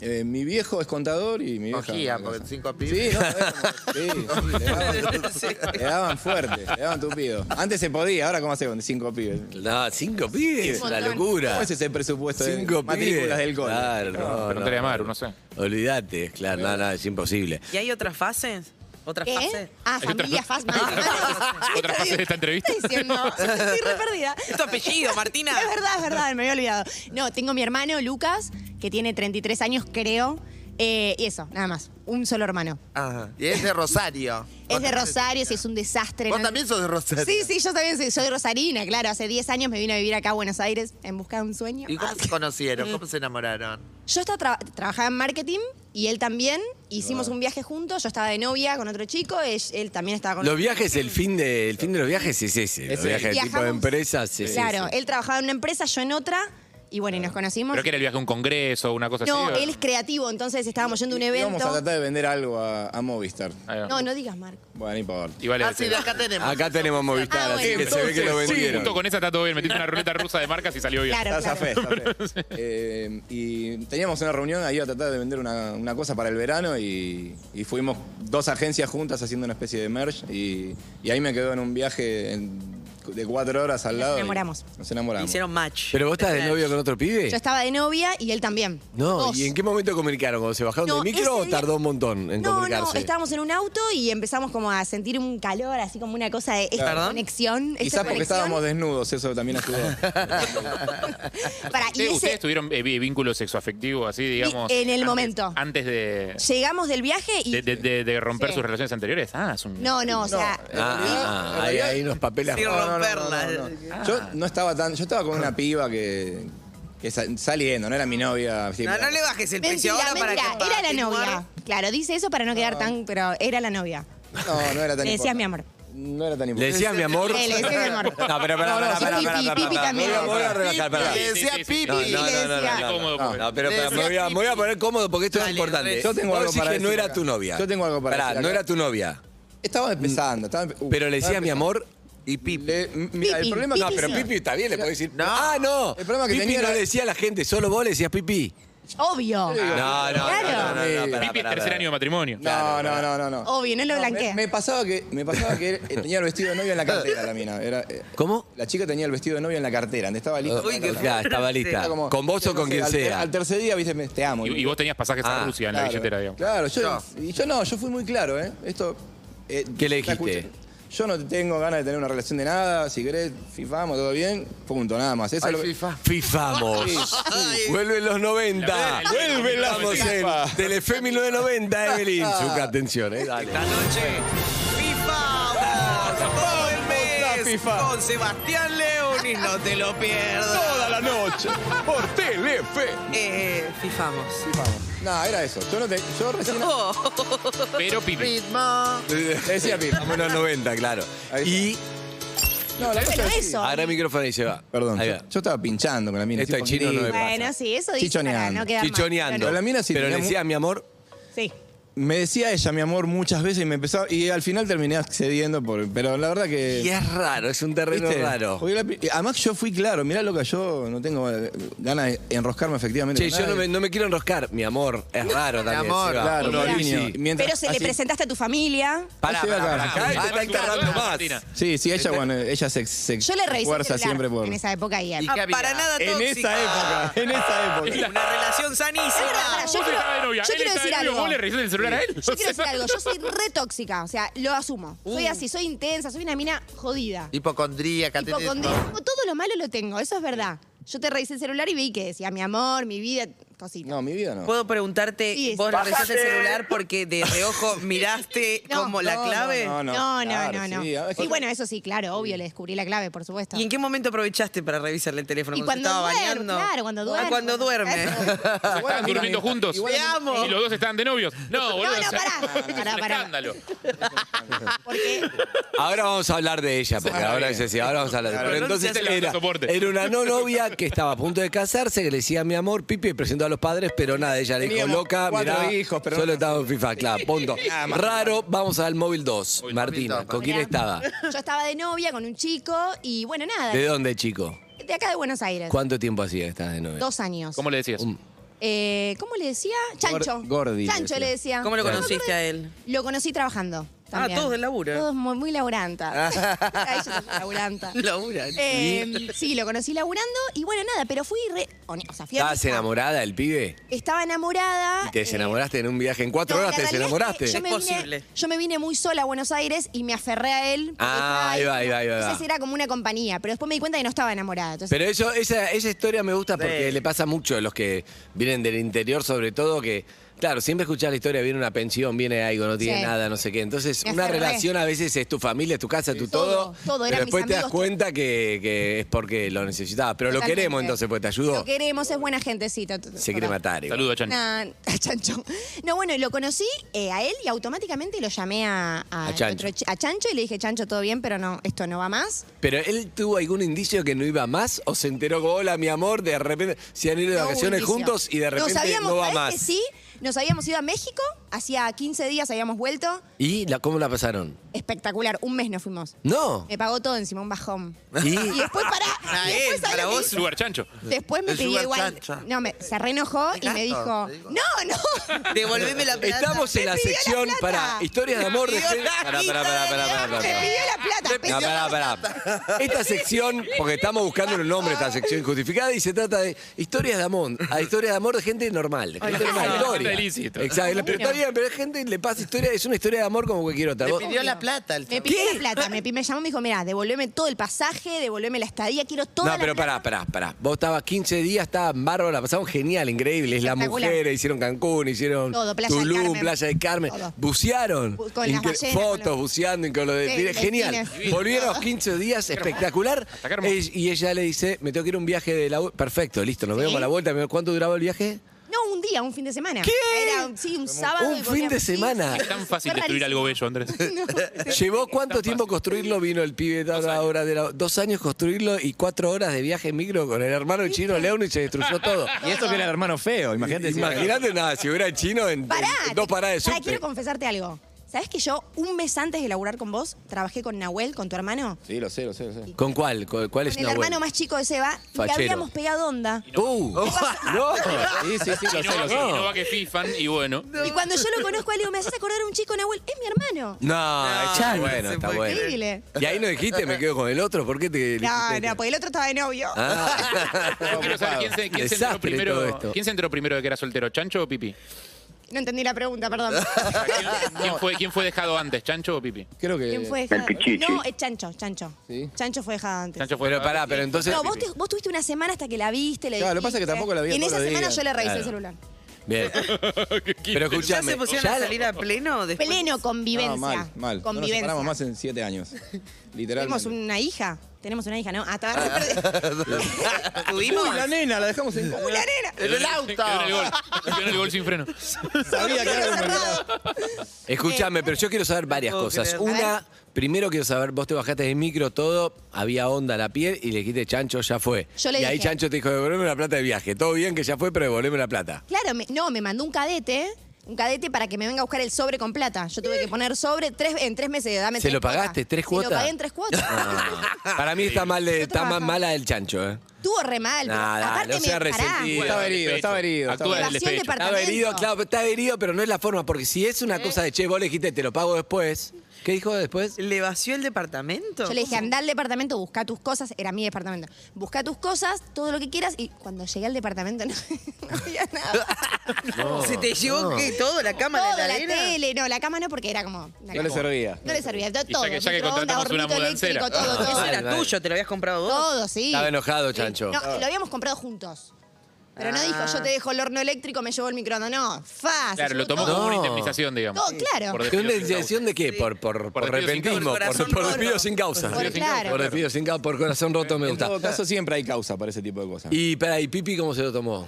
Speaker 11: Eh, mi viejo es contador y mi vieja...
Speaker 10: Cogía, porque cinco
Speaker 11: Sí,
Speaker 10: pibes.
Speaker 11: no, es como-
Speaker 15: (laughs)
Speaker 11: sí, le daban, le daban fuerte, le daban tupido. Antes se podía, ahora cómo hace con cinco pibes.
Speaker 15: No, cinco pibes,
Speaker 4: Un
Speaker 15: la
Speaker 4: montón.
Speaker 15: locura.
Speaker 11: ¿Cómo es ese presupuesto de
Speaker 15: Cinco pibes.
Speaker 11: matrículas del cole?
Speaker 15: Claro, no, no.
Speaker 13: Preguntale a Maru, no
Speaker 10: (laughs)
Speaker 13: sé.
Speaker 15: Olvídate, claro, no, no, es imposible.
Speaker 3: ¿Y hay otras fases? ¿Otras fases?
Speaker 4: ¿Qué? Ah, familia Fasma.
Speaker 13: Otra fase de esta entrevista.
Speaker 4: Estoy diciendo, estoy re perdida.
Speaker 3: Es tu apellido,
Speaker 4: (laughs)
Speaker 3: Martina.
Speaker 4: Es verdad, es verdad, me había olvidado. No, tengo mi hermano Lucas, que tiene 33 años, creo. Eh, y eso, nada más. Un solo hermano.
Speaker 10: Ajá. Y es de Rosario.
Speaker 4: Es de Rosario, sí, es un desastre.
Speaker 10: Vos
Speaker 4: ¿no?
Speaker 10: también sos de Rosario.
Speaker 4: Sí, sí, yo también soy, soy rosarina, claro. Hace 10 años me vine a vivir acá a Buenos Aires en busca de un sueño.
Speaker 10: ¿Y cómo
Speaker 4: Ah.
Speaker 10: se conocieron? ¿Cómo se enamoraron?
Speaker 4: Yo estaba tra- trabajaba en marketing y él también. Hicimos un viaje juntos. Yo estaba de novia con otro chico. Él, él también estaba con
Speaker 15: Los viajes, el fin de, el fin de los viajes es ese. Los
Speaker 11: Ese.
Speaker 15: viajes de tipo de
Speaker 4: Viajamos-
Speaker 15: empresas es
Speaker 4: Claro,
Speaker 15: ese.
Speaker 4: él trabajaba en una empresa, yo en otra. Y bueno, y nos conocimos.
Speaker 13: ¿Pero que era el viaje a un congreso o una cosa
Speaker 4: no,
Speaker 13: así? o-
Speaker 4: él es creativo, entonces estábamos yendo a un
Speaker 11: Vamos a
Speaker 4: evento.
Speaker 11: tratar de vender algo a, a Movistar.
Speaker 13: Ahí va.
Speaker 4: No, no digas, Marco.
Speaker 11: Bueno, no importa.
Speaker 13: Y vale
Speaker 10: Ah, sí,
Speaker 13: decir.
Speaker 10: de acá tenemos.
Speaker 15: Acá tenemos Movistar,
Speaker 4: Ah,
Speaker 15: así que
Speaker 4: bueno.
Speaker 15: se ve que lo
Speaker 13: Sí,
Speaker 15: vendieron.
Speaker 13: junto con esa está todo bien. Metiste una ruleta rusa de marcas y salió bien.
Speaker 4: Claro,
Speaker 11: Estás a
Speaker 4: claro.
Speaker 11: fe,
Speaker 4: (laughs)
Speaker 11: estás a fe. Eh, y teníamos una reunión ahí a tratar de vender una, una cosa para el verano y, y fuimos dos agencias juntas haciendo una especie de merge y, y ahí me quedó en un viaje en-
Speaker 14: de cuatro horas al
Speaker 4: Nos
Speaker 14: lado. y
Speaker 4: enamoramos.
Speaker 14: Nos enamoramos.
Speaker 3: Hicieron match.
Speaker 11: ¿Pero vos estás de novio con otro pibe?
Speaker 4: Yo estaba de novia y él también.
Speaker 11: No,
Speaker 4: Dos.
Speaker 11: ¿y en qué momento comunicaron? ¿Cuando se bajaron
Speaker 4: No,
Speaker 11: del micro
Speaker 4: ese
Speaker 11: o
Speaker 4: día-
Speaker 11: tardó un montón en
Speaker 4: No, no,
Speaker 11: comunicarse?
Speaker 4: estábamos en un auto y empezamos como a sentir un calor, así como una cosa de esta
Speaker 14: Claro.
Speaker 4: conexión. esta
Speaker 14: Quizás porque
Speaker 4: conexión.
Speaker 14: estábamos desnudos, eso también
Speaker 4: (laughs)
Speaker 14: ayudó.
Speaker 4: Pará, y
Speaker 13: ¿Ustedes,
Speaker 4: ese-
Speaker 13: ustedes tuvieron eh, vi- vínculo sexoafectivo así, digamos?
Speaker 4: en el
Speaker 13: antes-
Speaker 4: momento.
Speaker 13: Antes de,
Speaker 4: Llegamos del viaje y.
Speaker 13: de, de- de- de romper
Speaker 4: Sí.
Speaker 13: sus relaciones anteriores. Ah, es un...
Speaker 4: no, no, o sea.
Speaker 11: Ah, hay ahí unos papeles
Speaker 14: Sin romperla. Yo no estaba tan. Yo estaba con una piba que. que sa- saliendo, no era mi novia. sí,
Speaker 3: No,
Speaker 14: pero-
Speaker 3: no le bajes el precio
Speaker 4: Mentira,
Speaker 3: ahora para que.
Speaker 4: mentira,
Speaker 3: para
Speaker 4: era la
Speaker 3: continuar.
Speaker 4: novia. Claro, dice eso para no quedar tan. Pero era la novia.
Speaker 14: No, no era tan
Speaker 4: Le decías mi
Speaker 14: importante.
Speaker 4: amor.
Speaker 14: No era tan
Speaker 11: (laughs) ¿Le
Speaker 14: importante.
Speaker 11: decías mi amor?
Speaker 4: Sí, le decías mi amor.
Speaker 11: No, pero pará, pará,
Speaker 4: sí,
Speaker 11: pará,
Speaker 4: Pipi,
Speaker 11: pará, pará,
Speaker 4: Pipi
Speaker 11: pará.
Speaker 4: también.
Speaker 11: Me voy a- me voy a relajar, pará.
Speaker 4: Pipi, le decía
Speaker 11: Sí, sí, sí,
Speaker 4: Pipi.
Speaker 11: sí. No,
Speaker 4: Y le
Speaker 11: no, no,
Speaker 4: decía-
Speaker 11: no, no,
Speaker 13: Incómodo,
Speaker 11: no.
Speaker 13: pues.
Speaker 11: No, pero
Speaker 13: Le
Speaker 11: pará, me voy a- me voy a poner cómodo porque esto es importante.
Speaker 14: Yo tengo
Speaker 11: Vos
Speaker 14: algo
Speaker 11: decís
Speaker 14: para
Speaker 11: que no
Speaker 14: decir
Speaker 11: era
Speaker 14: acá.
Speaker 11: tu novia.
Speaker 14: Yo tengo algo para
Speaker 11: Pará,
Speaker 14: decir
Speaker 11: no
Speaker 14: acá.
Speaker 11: era tu novia.
Speaker 14: Estaba empezando. Estaba, empe- uh,
Speaker 11: Pero le
Speaker 14: estaba
Speaker 11: decía mi
Speaker 14: empezando.
Speaker 11: amor y Pipi.
Speaker 14: Le- m- mira, el
Speaker 11: Pipi,
Speaker 14: problema
Speaker 11: no, pero Pipi está bien, le podés decir. ah, no.
Speaker 14: El problema que
Speaker 11: Pipi
Speaker 14: tenía
Speaker 11: no
Speaker 14: era-
Speaker 11: le decía a la gente, solo vos le decías Pipi.
Speaker 4: Obvio.
Speaker 11: No, no, no, no, no, no,
Speaker 14: Claro.
Speaker 11: pará,
Speaker 13: Pipi es
Speaker 11: pará,
Speaker 13: tercer
Speaker 11: pará.
Speaker 13: año de matrimonio.
Speaker 14: No, no, no, no, no.
Speaker 4: Obvio, no lo blanquea.
Speaker 14: Me pasaba que, me pasaba que eh, tenía el vestido de novia en la cartera la mina. Era, eh,
Speaker 11: ¿Cómo?
Speaker 14: la chica tenía el vestido de novia en la cartera, estaba lista.
Speaker 11: Uy, qué Ya, estaba lista.
Speaker 14: Era como,
Speaker 11: ¿Con vos o con
Speaker 14: no sé,
Speaker 11: quien
Speaker 14: al-
Speaker 11: sea?
Speaker 14: Al tercer día, viste, me- te amo.
Speaker 13: Y, y vos tenías pasajes a
Speaker 11: Ah,
Speaker 13: Rusia en la
Speaker 14: Claro.
Speaker 13: billetera, digamos.
Speaker 14: Claro, yo, y yo no, yo fui muy claro, ¿eh? Esto. eh,
Speaker 11: ¿Qué
Speaker 14: la
Speaker 11: le dijiste?
Speaker 14: escuché. Yo no tengo ganas de tener una relación de nada, si querés, fifamos, todo bien, punto, nada más. Eso
Speaker 11: Ay,
Speaker 14: es lo que-
Speaker 11: Fifamos. Vuelven los 90.
Speaker 13: La-
Speaker 11: Vuelven
Speaker 13: la-
Speaker 11: las
Speaker 13: FIFA.
Speaker 11: en Telefe 1990, Evelyn.
Speaker 14: Ah.
Speaker 11: Zucca, atención, eh. Dale.
Speaker 3: Esta noche,
Speaker 14: (laughs)
Speaker 3: FIFA, todo el mes, con Sebastián León y no te lo pierdas. Toda la noche, por Telefe. Eh, fifamos.
Speaker 14: No, era eso. Yo no te. Yo
Speaker 11: (laughs)
Speaker 14: recién.
Speaker 3: Oh.
Speaker 13: Pero Pipi.
Speaker 3: Ritmo.
Speaker 11: Le decía Pipi. Vamos a los 90, claro. Y
Speaker 14: No, la cosa
Speaker 4: Bueno,
Speaker 14: es-
Speaker 4: eso.
Speaker 11: agarra el micrófono y se va.
Speaker 14: Perdón,
Speaker 11: Ahí
Speaker 14: yo,
Speaker 11: va.
Speaker 14: yo estaba pinchando con la mina.
Speaker 11: Esto
Speaker 14: sí,
Speaker 11: de chino no
Speaker 14: conmigo.
Speaker 11: me pasa.
Speaker 4: Bueno, sí, eso dice para
Speaker 14: Chichoneando.
Speaker 4: no quedar mal.
Speaker 11: Chichoneando.
Speaker 14: Pero la mina sí
Speaker 11: Pero le
Speaker 14: tenía
Speaker 11: decía, mi amor,
Speaker 4: Sí.
Speaker 14: Me decía ella, mi amor, muchas veces y me empezaba. Y al final terminé accediendo, por, pero la verdad que.
Speaker 11: y es raro, es un terreno
Speaker 14: ¿viste?
Speaker 11: raro.
Speaker 14: Porque la pi- además yo fui claro, mirá loca, yo no tengo eh, ganas de enroscarme efectivamente.
Speaker 11: Che,
Speaker 14: con
Speaker 11: yo no
Speaker 14: nadie.
Speaker 11: me, no me quiero enroscar. Mi amor, es raro también.
Speaker 14: amor,
Speaker 11: se va.
Speaker 14: claro,
Speaker 11: Uno,
Speaker 14: claro.
Speaker 11: Lizzy.
Speaker 14: Mientras-
Speaker 4: Pero se le
Speaker 14: así-
Speaker 4: presentaste a tu familia.
Speaker 11: Pará,
Speaker 14: Ahí llega
Speaker 11: pará,
Speaker 14: acá.
Speaker 11: pará. Este- Cada vez te está encarrando más.
Speaker 14: Sí, sí, ella, bueno, ella se, se
Speaker 4: Yo le revisé el
Speaker 14: esfuerza
Speaker 4: celular
Speaker 14: siempre por.
Speaker 4: en esa época y...
Speaker 3: Ah, para nada
Speaker 14: En
Speaker 3: tóxica.
Speaker 14: esa época, en esa época.
Speaker 3: Una relación sanísima.
Speaker 4: Pará, yo
Speaker 13: Vos
Speaker 4: quiero-
Speaker 13: estabas de novia,
Speaker 4: yo
Speaker 13: él
Speaker 4: quiero
Speaker 13: estaba
Speaker 4: decir
Speaker 13: de novio,
Speaker 4: algo.
Speaker 13: ¿Vos le revisaste el celular a él?
Speaker 4: Yo quiero decir algo, yo soy re tóxica, o sea, lo asumo. Soy
Speaker 3: Uh.
Speaker 4: así, soy intensa, soy una mina jodida.
Speaker 10: Hipocondríaca. tenés-
Speaker 4: Hipocondría, como todo lo malo lo tengo, eso es verdad. Yo te revisé el celular y vi que decía mi amor, mi vida, cositas.
Speaker 14: No, mi vida no.
Speaker 3: Puedo preguntarte,
Speaker 4: Sí, sí.
Speaker 3: vos
Speaker 4: Bájate.
Speaker 3: revisaste el celular porque de
Speaker 4: (laughs)
Speaker 3: reojo miraste
Speaker 4: No,
Speaker 3: como la
Speaker 4: no,
Speaker 3: clave.
Speaker 14: no,
Speaker 4: No, no,
Speaker 14: claro,
Speaker 4: no, no.
Speaker 14: sí, a veces-
Speaker 4: y bueno, eso sí, claro, obvio, le descubrí la clave, por supuesto.
Speaker 3: ¿Y en qué momento aprovechaste para revisarle el teléfono?
Speaker 4: Y
Speaker 3: ¿Cuando se
Speaker 4: cuando
Speaker 3: estaba
Speaker 4: duermo,
Speaker 3: bañando?
Speaker 4: claro, cuando
Speaker 3: Ah,
Speaker 4: duermo.
Speaker 3: cuando duerme.
Speaker 13: Estaban durmiendo juntos.
Speaker 3: Igual- Te amo.
Speaker 13: Y los dos estaban de novios. No, boludo.
Speaker 4: no,
Speaker 13: o sea,
Speaker 4: pará.
Speaker 13: es un
Speaker 4: Pará, pará.
Speaker 13: escándalo.
Speaker 4: Porque
Speaker 11: Ahora vamos a hablar de ella, porque
Speaker 14: Ah,
Speaker 11: ahora
Speaker 14: bien.
Speaker 11: es así, ahora vamos a hablar.
Speaker 13: Claro,
Speaker 11: Pero
Speaker 13: no se
Speaker 11: entonces
Speaker 13: hace la
Speaker 11: era,
Speaker 13: soporte.
Speaker 11: era una no novia que estaba a punto de casarse, que le decía mi amor, Pipi, y presentó a los padres, pero nada, ella le dijo
Speaker 14: Teníamos
Speaker 11: loca,
Speaker 14: cuatro
Speaker 11: mirá,
Speaker 14: hijos, pero
Speaker 11: solo
Speaker 14: no-
Speaker 11: estaba en FIFA,
Speaker 14: (laughs)
Speaker 11: claro, punto. Raro, vamos al móvil 2. Martina, ¿con quién
Speaker 4: Mirá.
Speaker 11: estaba?
Speaker 4: yo estaba de novia con un chico y bueno, nada.
Speaker 11: ¿De dónde, chico?
Speaker 4: de acá de Buenos Aires.
Speaker 11: ¿Cuánto tiempo hacía que estabas de novia?
Speaker 4: Dos años.
Speaker 13: ¿Cómo le decías?
Speaker 4: Eh, ¿Cómo le decía? Chancho.
Speaker 14: Gor- Gordi, le
Speaker 4: Chancho
Speaker 14: decía.
Speaker 4: le decía.
Speaker 3: (laughs) ¿Cómo lo
Speaker 4: No me
Speaker 3: conociste
Speaker 4: acuerdo-
Speaker 3: a él?
Speaker 4: Lo conocí trabajando.
Speaker 3: Ah,
Speaker 4: también.
Speaker 3: todos del laburo.
Speaker 4: Todos muy, muy laburanta.
Speaker 14: (laughs)
Speaker 4: Ay, yo soy laburanta.
Speaker 3: Laburan.
Speaker 4: Eh, sí, lo conocí laburando y bueno, nada, pero fui re. hone- O sea, fui
Speaker 11: ¿Estabas
Speaker 4: honesta.
Speaker 11: enamorada del pibe?
Speaker 4: Estaba enamorada. eh,
Speaker 11: Y te desenamoraste en un viaje en cuatro
Speaker 4: No,
Speaker 11: horas,
Speaker 4: la
Speaker 11: te
Speaker 4: realidad es que
Speaker 11: desenamoraste.
Speaker 4: yo me
Speaker 3: Es
Speaker 4: vine-
Speaker 3: posible.
Speaker 4: yo me vine muy sola a Buenos Aires y me aferré a él. porque
Speaker 11: Ah,
Speaker 4: estaba
Speaker 11: ahí va, ahí va, ahí va, ahí va.
Speaker 4: Entonces era como una compañía, pero después me di cuenta que no estaba enamorada. Entonces,
Speaker 11: Pero eso, esa, esa historia me gusta porque le pasa mucho a los que vienen del interior, sobre todo que, claro, siempre escuchás la historia, viene una pensión, viene algo, no tiene
Speaker 4: Sí.
Speaker 11: nada, no sé qué. Entonces,
Speaker 4: Me
Speaker 11: una
Speaker 4: aferré.
Speaker 11: relación a veces es tu familia, es tu casa, tu todo.
Speaker 4: Todo, todo,
Speaker 11: pero
Speaker 4: eran mis
Speaker 11: después te das
Speaker 4: amigos,
Speaker 11: cuenta que, que es porque lo necesitabas. Pero lo
Speaker 4: Totalmente.
Speaker 11: queremos entonces, pues te ayudó.
Speaker 4: lo queremos, es buena gentecita.
Speaker 11: Se quiere matar. igual.
Speaker 13: Saludos,
Speaker 4: (laughs)
Speaker 13: Chan.
Speaker 4: Nah, a Chancho. No, bueno, y lo conocí eh, a él y automáticamente lo llamé a,
Speaker 11: A Chancho.
Speaker 4: otro chi- a Chancho y le dije, Chancho, todo bien, pero no, esto no va más.
Speaker 11: Pero él tuvo algún indicio que no iba más o se enteró como, hola, mi amor, de repente se han ido de
Speaker 4: No hubo
Speaker 11: vacaciones
Speaker 4: indicio.
Speaker 11: juntos y de
Speaker 4: Nos
Speaker 11: repente
Speaker 4: habíamos-
Speaker 11: no va
Speaker 4: ¿sabés
Speaker 11: más.
Speaker 4: que sí, nos habíamos ido a México Hacía 15 días habíamos vuelto.
Speaker 11: ¿Y la, cómo la pasaron?
Speaker 4: Espectacular. Un mes nos fuimos.
Speaker 11: No.
Speaker 4: Me pagó todo encima, un bajón.
Speaker 11: ¿Y?
Speaker 4: después
Speaker 3: (laughs)
Speaker 4: para. después, ¿sabes lo que hizo?
Speaker 13: Sugar chancho.
Speaker 4: Después me pidió igual. No, me, se reenojó y me dijo:
Speaker 11: Gato,
Speaker 4: No, (laughs) no.
Speaker 3: Devolveme la plata.
Speaker 11: Estamos en la
Speaker 3: Me pidió la
Speaker 11: sección
Speaker 3: plata.
Speaker 11: para historias de amor de
Speaker 3: Me pidió
Speaker 11: Fede.
Speaker 3: la
Speaker 11: Pará, pará, pará, pará, pará, pará.
Speaker 3: Me
Speaker 4: pidió la plata.
Speaker 11: No, pará, pará. Esta sección, porque estamos buscando un nombre, esta sección injustificada, y se trata de historias de amor. A historias de amor de gente normal. De gente
Speaker 13: Hola.
Speaker 11: normal.
Speaker 13: No,
Speaker 11: historia.
Speaker 13: está ilícito.
Speaker 11: Exacto. Pero está bien, pero hay gente que le pasa historia, es una historia de amor como cualquier otra. Vos-
Speaker 10: plata el
Speaker 4: Me pidió la
Speaker 11: Ah.
Speaker 4: plata. Me, pi- me llamó y me dijo: Mira, devolveme todo el pasaje, devolveme la estadía, quiero toda
Speaker 11: No,
Speaker 4: la
Speaker 11: pero pará, pará, pará. Vos estabas 15 días, estaban bárbaros, la pasaron genial, increíble. Es la
Speaker 4: Espectacular.
Speaker 11: mujer, hicieron Cancún, hicieron
Speaker 4: Todo, Playa del
Speaker 11: Tulum,
Speaker 4: Carmen.
Speaker 11: Playa del Carmen.
Speaker 4: Todo.
Speaker 11: Bucearon.
Speaker 4: Bu- con las ballenas,
Speaker 11: fotos,
Speaker 4: con los-
Speaker 11: buceando y con lo de.
Speaker 4: Sí,
Speaker 11: mire, genial. (laughs)
Speaker 4: delfines.
Speaker 11: Volvieron a los 15 días, espectacular. Eh, y ella le dice, me tengo que ir a un viaje de la. u- Perfecto, listo, nos vemos a la vuelta. ¿Cuánto duraba el viaje?
Speaker 4: No, un día, un fin de semana.
Speaker 11: ¿Qué?
Speaker 4: Era, un- sí, un sábado. y
Speaker 11: Un fin
Speaker 4: volvíamos.
Speaker 11: de
Speaker 4: Sí,
Speaker 11: semana.
Speaker 13: Es tan fácil destruir algo bello, Andrés.
Speaker 4: (laughs)
Speaker 11: ¿Llevó cuánto tiempo construirlo? Vino el pibe de la hora de la- dos años construirlo y cuatro horas de viaje en micro con el hermano del chino León y se destruyó todo.
Speaker 14: Y esto que era el hermano feo, imagínate. si-
Speaker 11: Imagínate nada, si hubiera chino en, en
Speaker 4: Pará,
Speaker 11: dos
Speaker 4: te-
Speaker 11: paradas de
Speaker 4: pará,
Speaker 11: subte.
Speaker 4: quiero confesarte algo. ¿Sabés que yo, un mes antes de laburar con vos, trabajé con Nahuel, con tu hermano?
Speaker 14: Sí, lo sé, lo sé, lo sé.
Speaker 11: ¿Con cuál? ¿Con- ¿Cuál es
Speaker 4: Con el
Speaker 11: Nahuel?
Speaker 4: hermano más chico de Seba, y le
Speaker 11: Fachero.
Speaker 4: habíamos pegado onda.
Speaker 11: ¡Uh! (laughs) ¡No! Sí, sí, sí,
Speaker 13: Y no, va- y no va que fifan, y bueno.
Speaker 4: Y cuando yo lo conozco, a él digo, me haces acordar a un chico, Nahuel, es mi hermano.
Speaker 11: No, está
Speaker 4: no
Speaker 11: bueno,
Speaker 4: se
Speaker 11: está
Speaker 4: puede
Speaker 11: bueno.
Speaker 4: creer.
Speaker 11: Y ahí no dijiste, me quedo con el otro, ¿por qué te
Speaker 4: No,
Speaker 11: dijiste?
Speaker 4: no, porque el otro estaba de novio. (laughs)
Speaker 11: Ah.
Speaker 13: Yo quiero saber quién se, quién se enteró
Speaker 11: Desastre todo
Speaker 13: primero.
Speaker 11: esto.
Speaker 13: ¿Quién se enteró primero de que era soltero, Chancho
Speaker 4: (laughs)
Speaker 13: o Pipi?
Speaker 4: No entendí la pregunta, perdón.
Speaker 13: ¿Quién fue, quién fue dejado antes, Chancho o Pipi?
Speaker 14: Creo que.
Speaker 4: ¿Quién fue dejado? No, es Chancho, Chancho. Chancho fue dejado antes.
Speaker 13: Chancho fue. Pero
Speaker 11: pará, pero entonces- eh,
Speaker 4: no, vos, te- vos tuviste una semana hasta que la viste, le
Speaker 14: Claro, lo que pasa es que
Speaker 4: dijiste.
Speaker 14: tampoco la vi
Speaker 4: Y en
Speaker 14: todos
Speaker 4: esa
Speaker 14: los
Speaker 4: semana
Speaker 14: días.
Speaker 4: yo le revisé el
Speaker 14: Claro.
Speaker 4: celular. (laughs)
Speaker 11: Bien. Pero
Speaker 3: ¿Ya
Speaker 11: escúchame.
Speaker 3: se pusieron
Speaker 11: ya
Speaker 3: a
Speaker 11: la-
Speaker 3: salir a pleno después?
Speaker 4: Pleno convivencia.
Speaker 14: No, mal, mal. No nos
Speaker 4: Convivencia.
Speaker 14: separamos más en siete años.
Speaker 4: Tenemos
Speaker 14: Literalmente.
Speaker 4: una hija. Tenemos una hija, ¿no? Ah, estaba re perdida.
Speaker 14: (laughs)
Speaker 3: (laughs)
Speaker 14: Uy, la nena, la dejamos en. ¡Uy,
Speaker 4: la nena!
Speaker 13: Quedó en Quedó en el gol. Quedó en el gol sin freno.
Speaker 14: Sabía que era
Speaker 11: Escúchame, pero yo quiero saber varias
Speaker 14: No puedo
Speaker 11: cosas.
Speaker 14: creer. A
Speaker 11: Una, primero quiero saber, vos te bajaste de micro todo, había onda a la piel y le dijiste, Chancho, ya fue.
Speaker 4: Yo le
Speaker 11: y ahí
Speaker 4: dije.
Speaker 11: Chancho te dijo, devolveme la plata de viaje. Todo bien que ya fue, pero devolveme la plata.
Speaker 4: Claro, me- no, me mandó un cadete, un cadete para que me venga a buscar el sobre con plata. Yo tuve que poner sobre tres, en tres meses. Dame
Speaker 11: ¿Se
Speaker 4: tres
Speaker 11: lo
Speaker 4: cuotas.
Speaker 11: pagaste? ¿Tres
Speaker 4: Se
Speaker 11: cuotas?
Speaker 4: lo pagué en tres cuotas. (laughs)
Speaker 11: No. Para mí está mal de- está más mala del chancho, ¿eh?
Speaker 4: Estuvo re mal. pero
Speaker 11: Nah, nah,
Speaker 4: aparte
Speaker 11: no sea
Speaker 4: me, pará,
Speaker 11: resentido.
Speaker 14: Está herido, está herido.
Speaker 11: Actúa
Speaker 14: está
Speaker 11: del
Speaker 4: Evasión
Speaker 11: despecho. Está
Speaker 4: departamento. ¿Eh?
Speaker 11: herido, claro, pero está herido, pero no es la forma. Porque si es una cosa de, che, vos le dijiste, te lo pago después. ¿Qué
Speaker 3: (laughs)
Speaker 11: dijo después?
Speaker 3: ¿Le vació el departamento?
Speaker 4: Yo le dije, anda al departamento, busca tus cosas. Era mi departamento. Busca tus cosas, todo lo que quieras. Y cuando llegué al departamento (laughs) no, no había nada.
Speaker 3: ¿Se te llevó
Speaker 14: no.
Speaker 3: qué? ¿Todo? ¿La cama?
Speaker 4: Todo,
Speaker 3: ¿La
Speaker 4: la
Speaker 3: heladera?
Speaker 4: tele. No, la cama no, porque era como... una
Speaker 14: No le
Speaker 4: cama.
Speaker 14: servía.
Speaker 4: No le servía, todo.
Speaker 13: Y ya que- ya que
Speaker 4: microondas,
Speaker 13: contratamos una
Speaker 4: hornito
Speaker 13: mudancera.
Speaker 4: eléctrico, Todo, todo.
Speaker 3: Eso era
Speaker 11: Vale, vale.
Speaker 3: tuyo, te lo habías comprado vos.
Speaker 4: Todo, sí.
Speaker 11: Estaba enojado, chancho.
Speaker 4: No, lo habíamos comprado juntos. Pero no dijo,
Speaker 3: Ah.
Speaker 4: yo te dejo el horno eléctrico, me llevo el microondas. No, fácil.
Speaker 13: Claro, lo tomó
Speaker 11: todo.
Speaker 13: como una
Speaker 11: No.
Speaker 13: indemnización, digamos.
Speaker 4: Todo, claro.
Speaker 13: Ah, Por
Speaker 11: ¿Una
Speaker 13: despido sin
Speaker 11: intención de qué? Por, por, por
Speaker 13: despido sin
Speaker 11: repentismo,
Speaker 13: causa.
Speaker 11: por, por despido sin causa.
Speaker 4: Por- claro.
Speaker 11: Por despido sin causa, por corazón roto me
Speaker 14: En
Speaker 11: gusta.
Speaker 14: todo caso, siempre hay causa para ese tipo de cosas.
Speaker 11: Y para, ¿y Pipi cómo se lo tomó?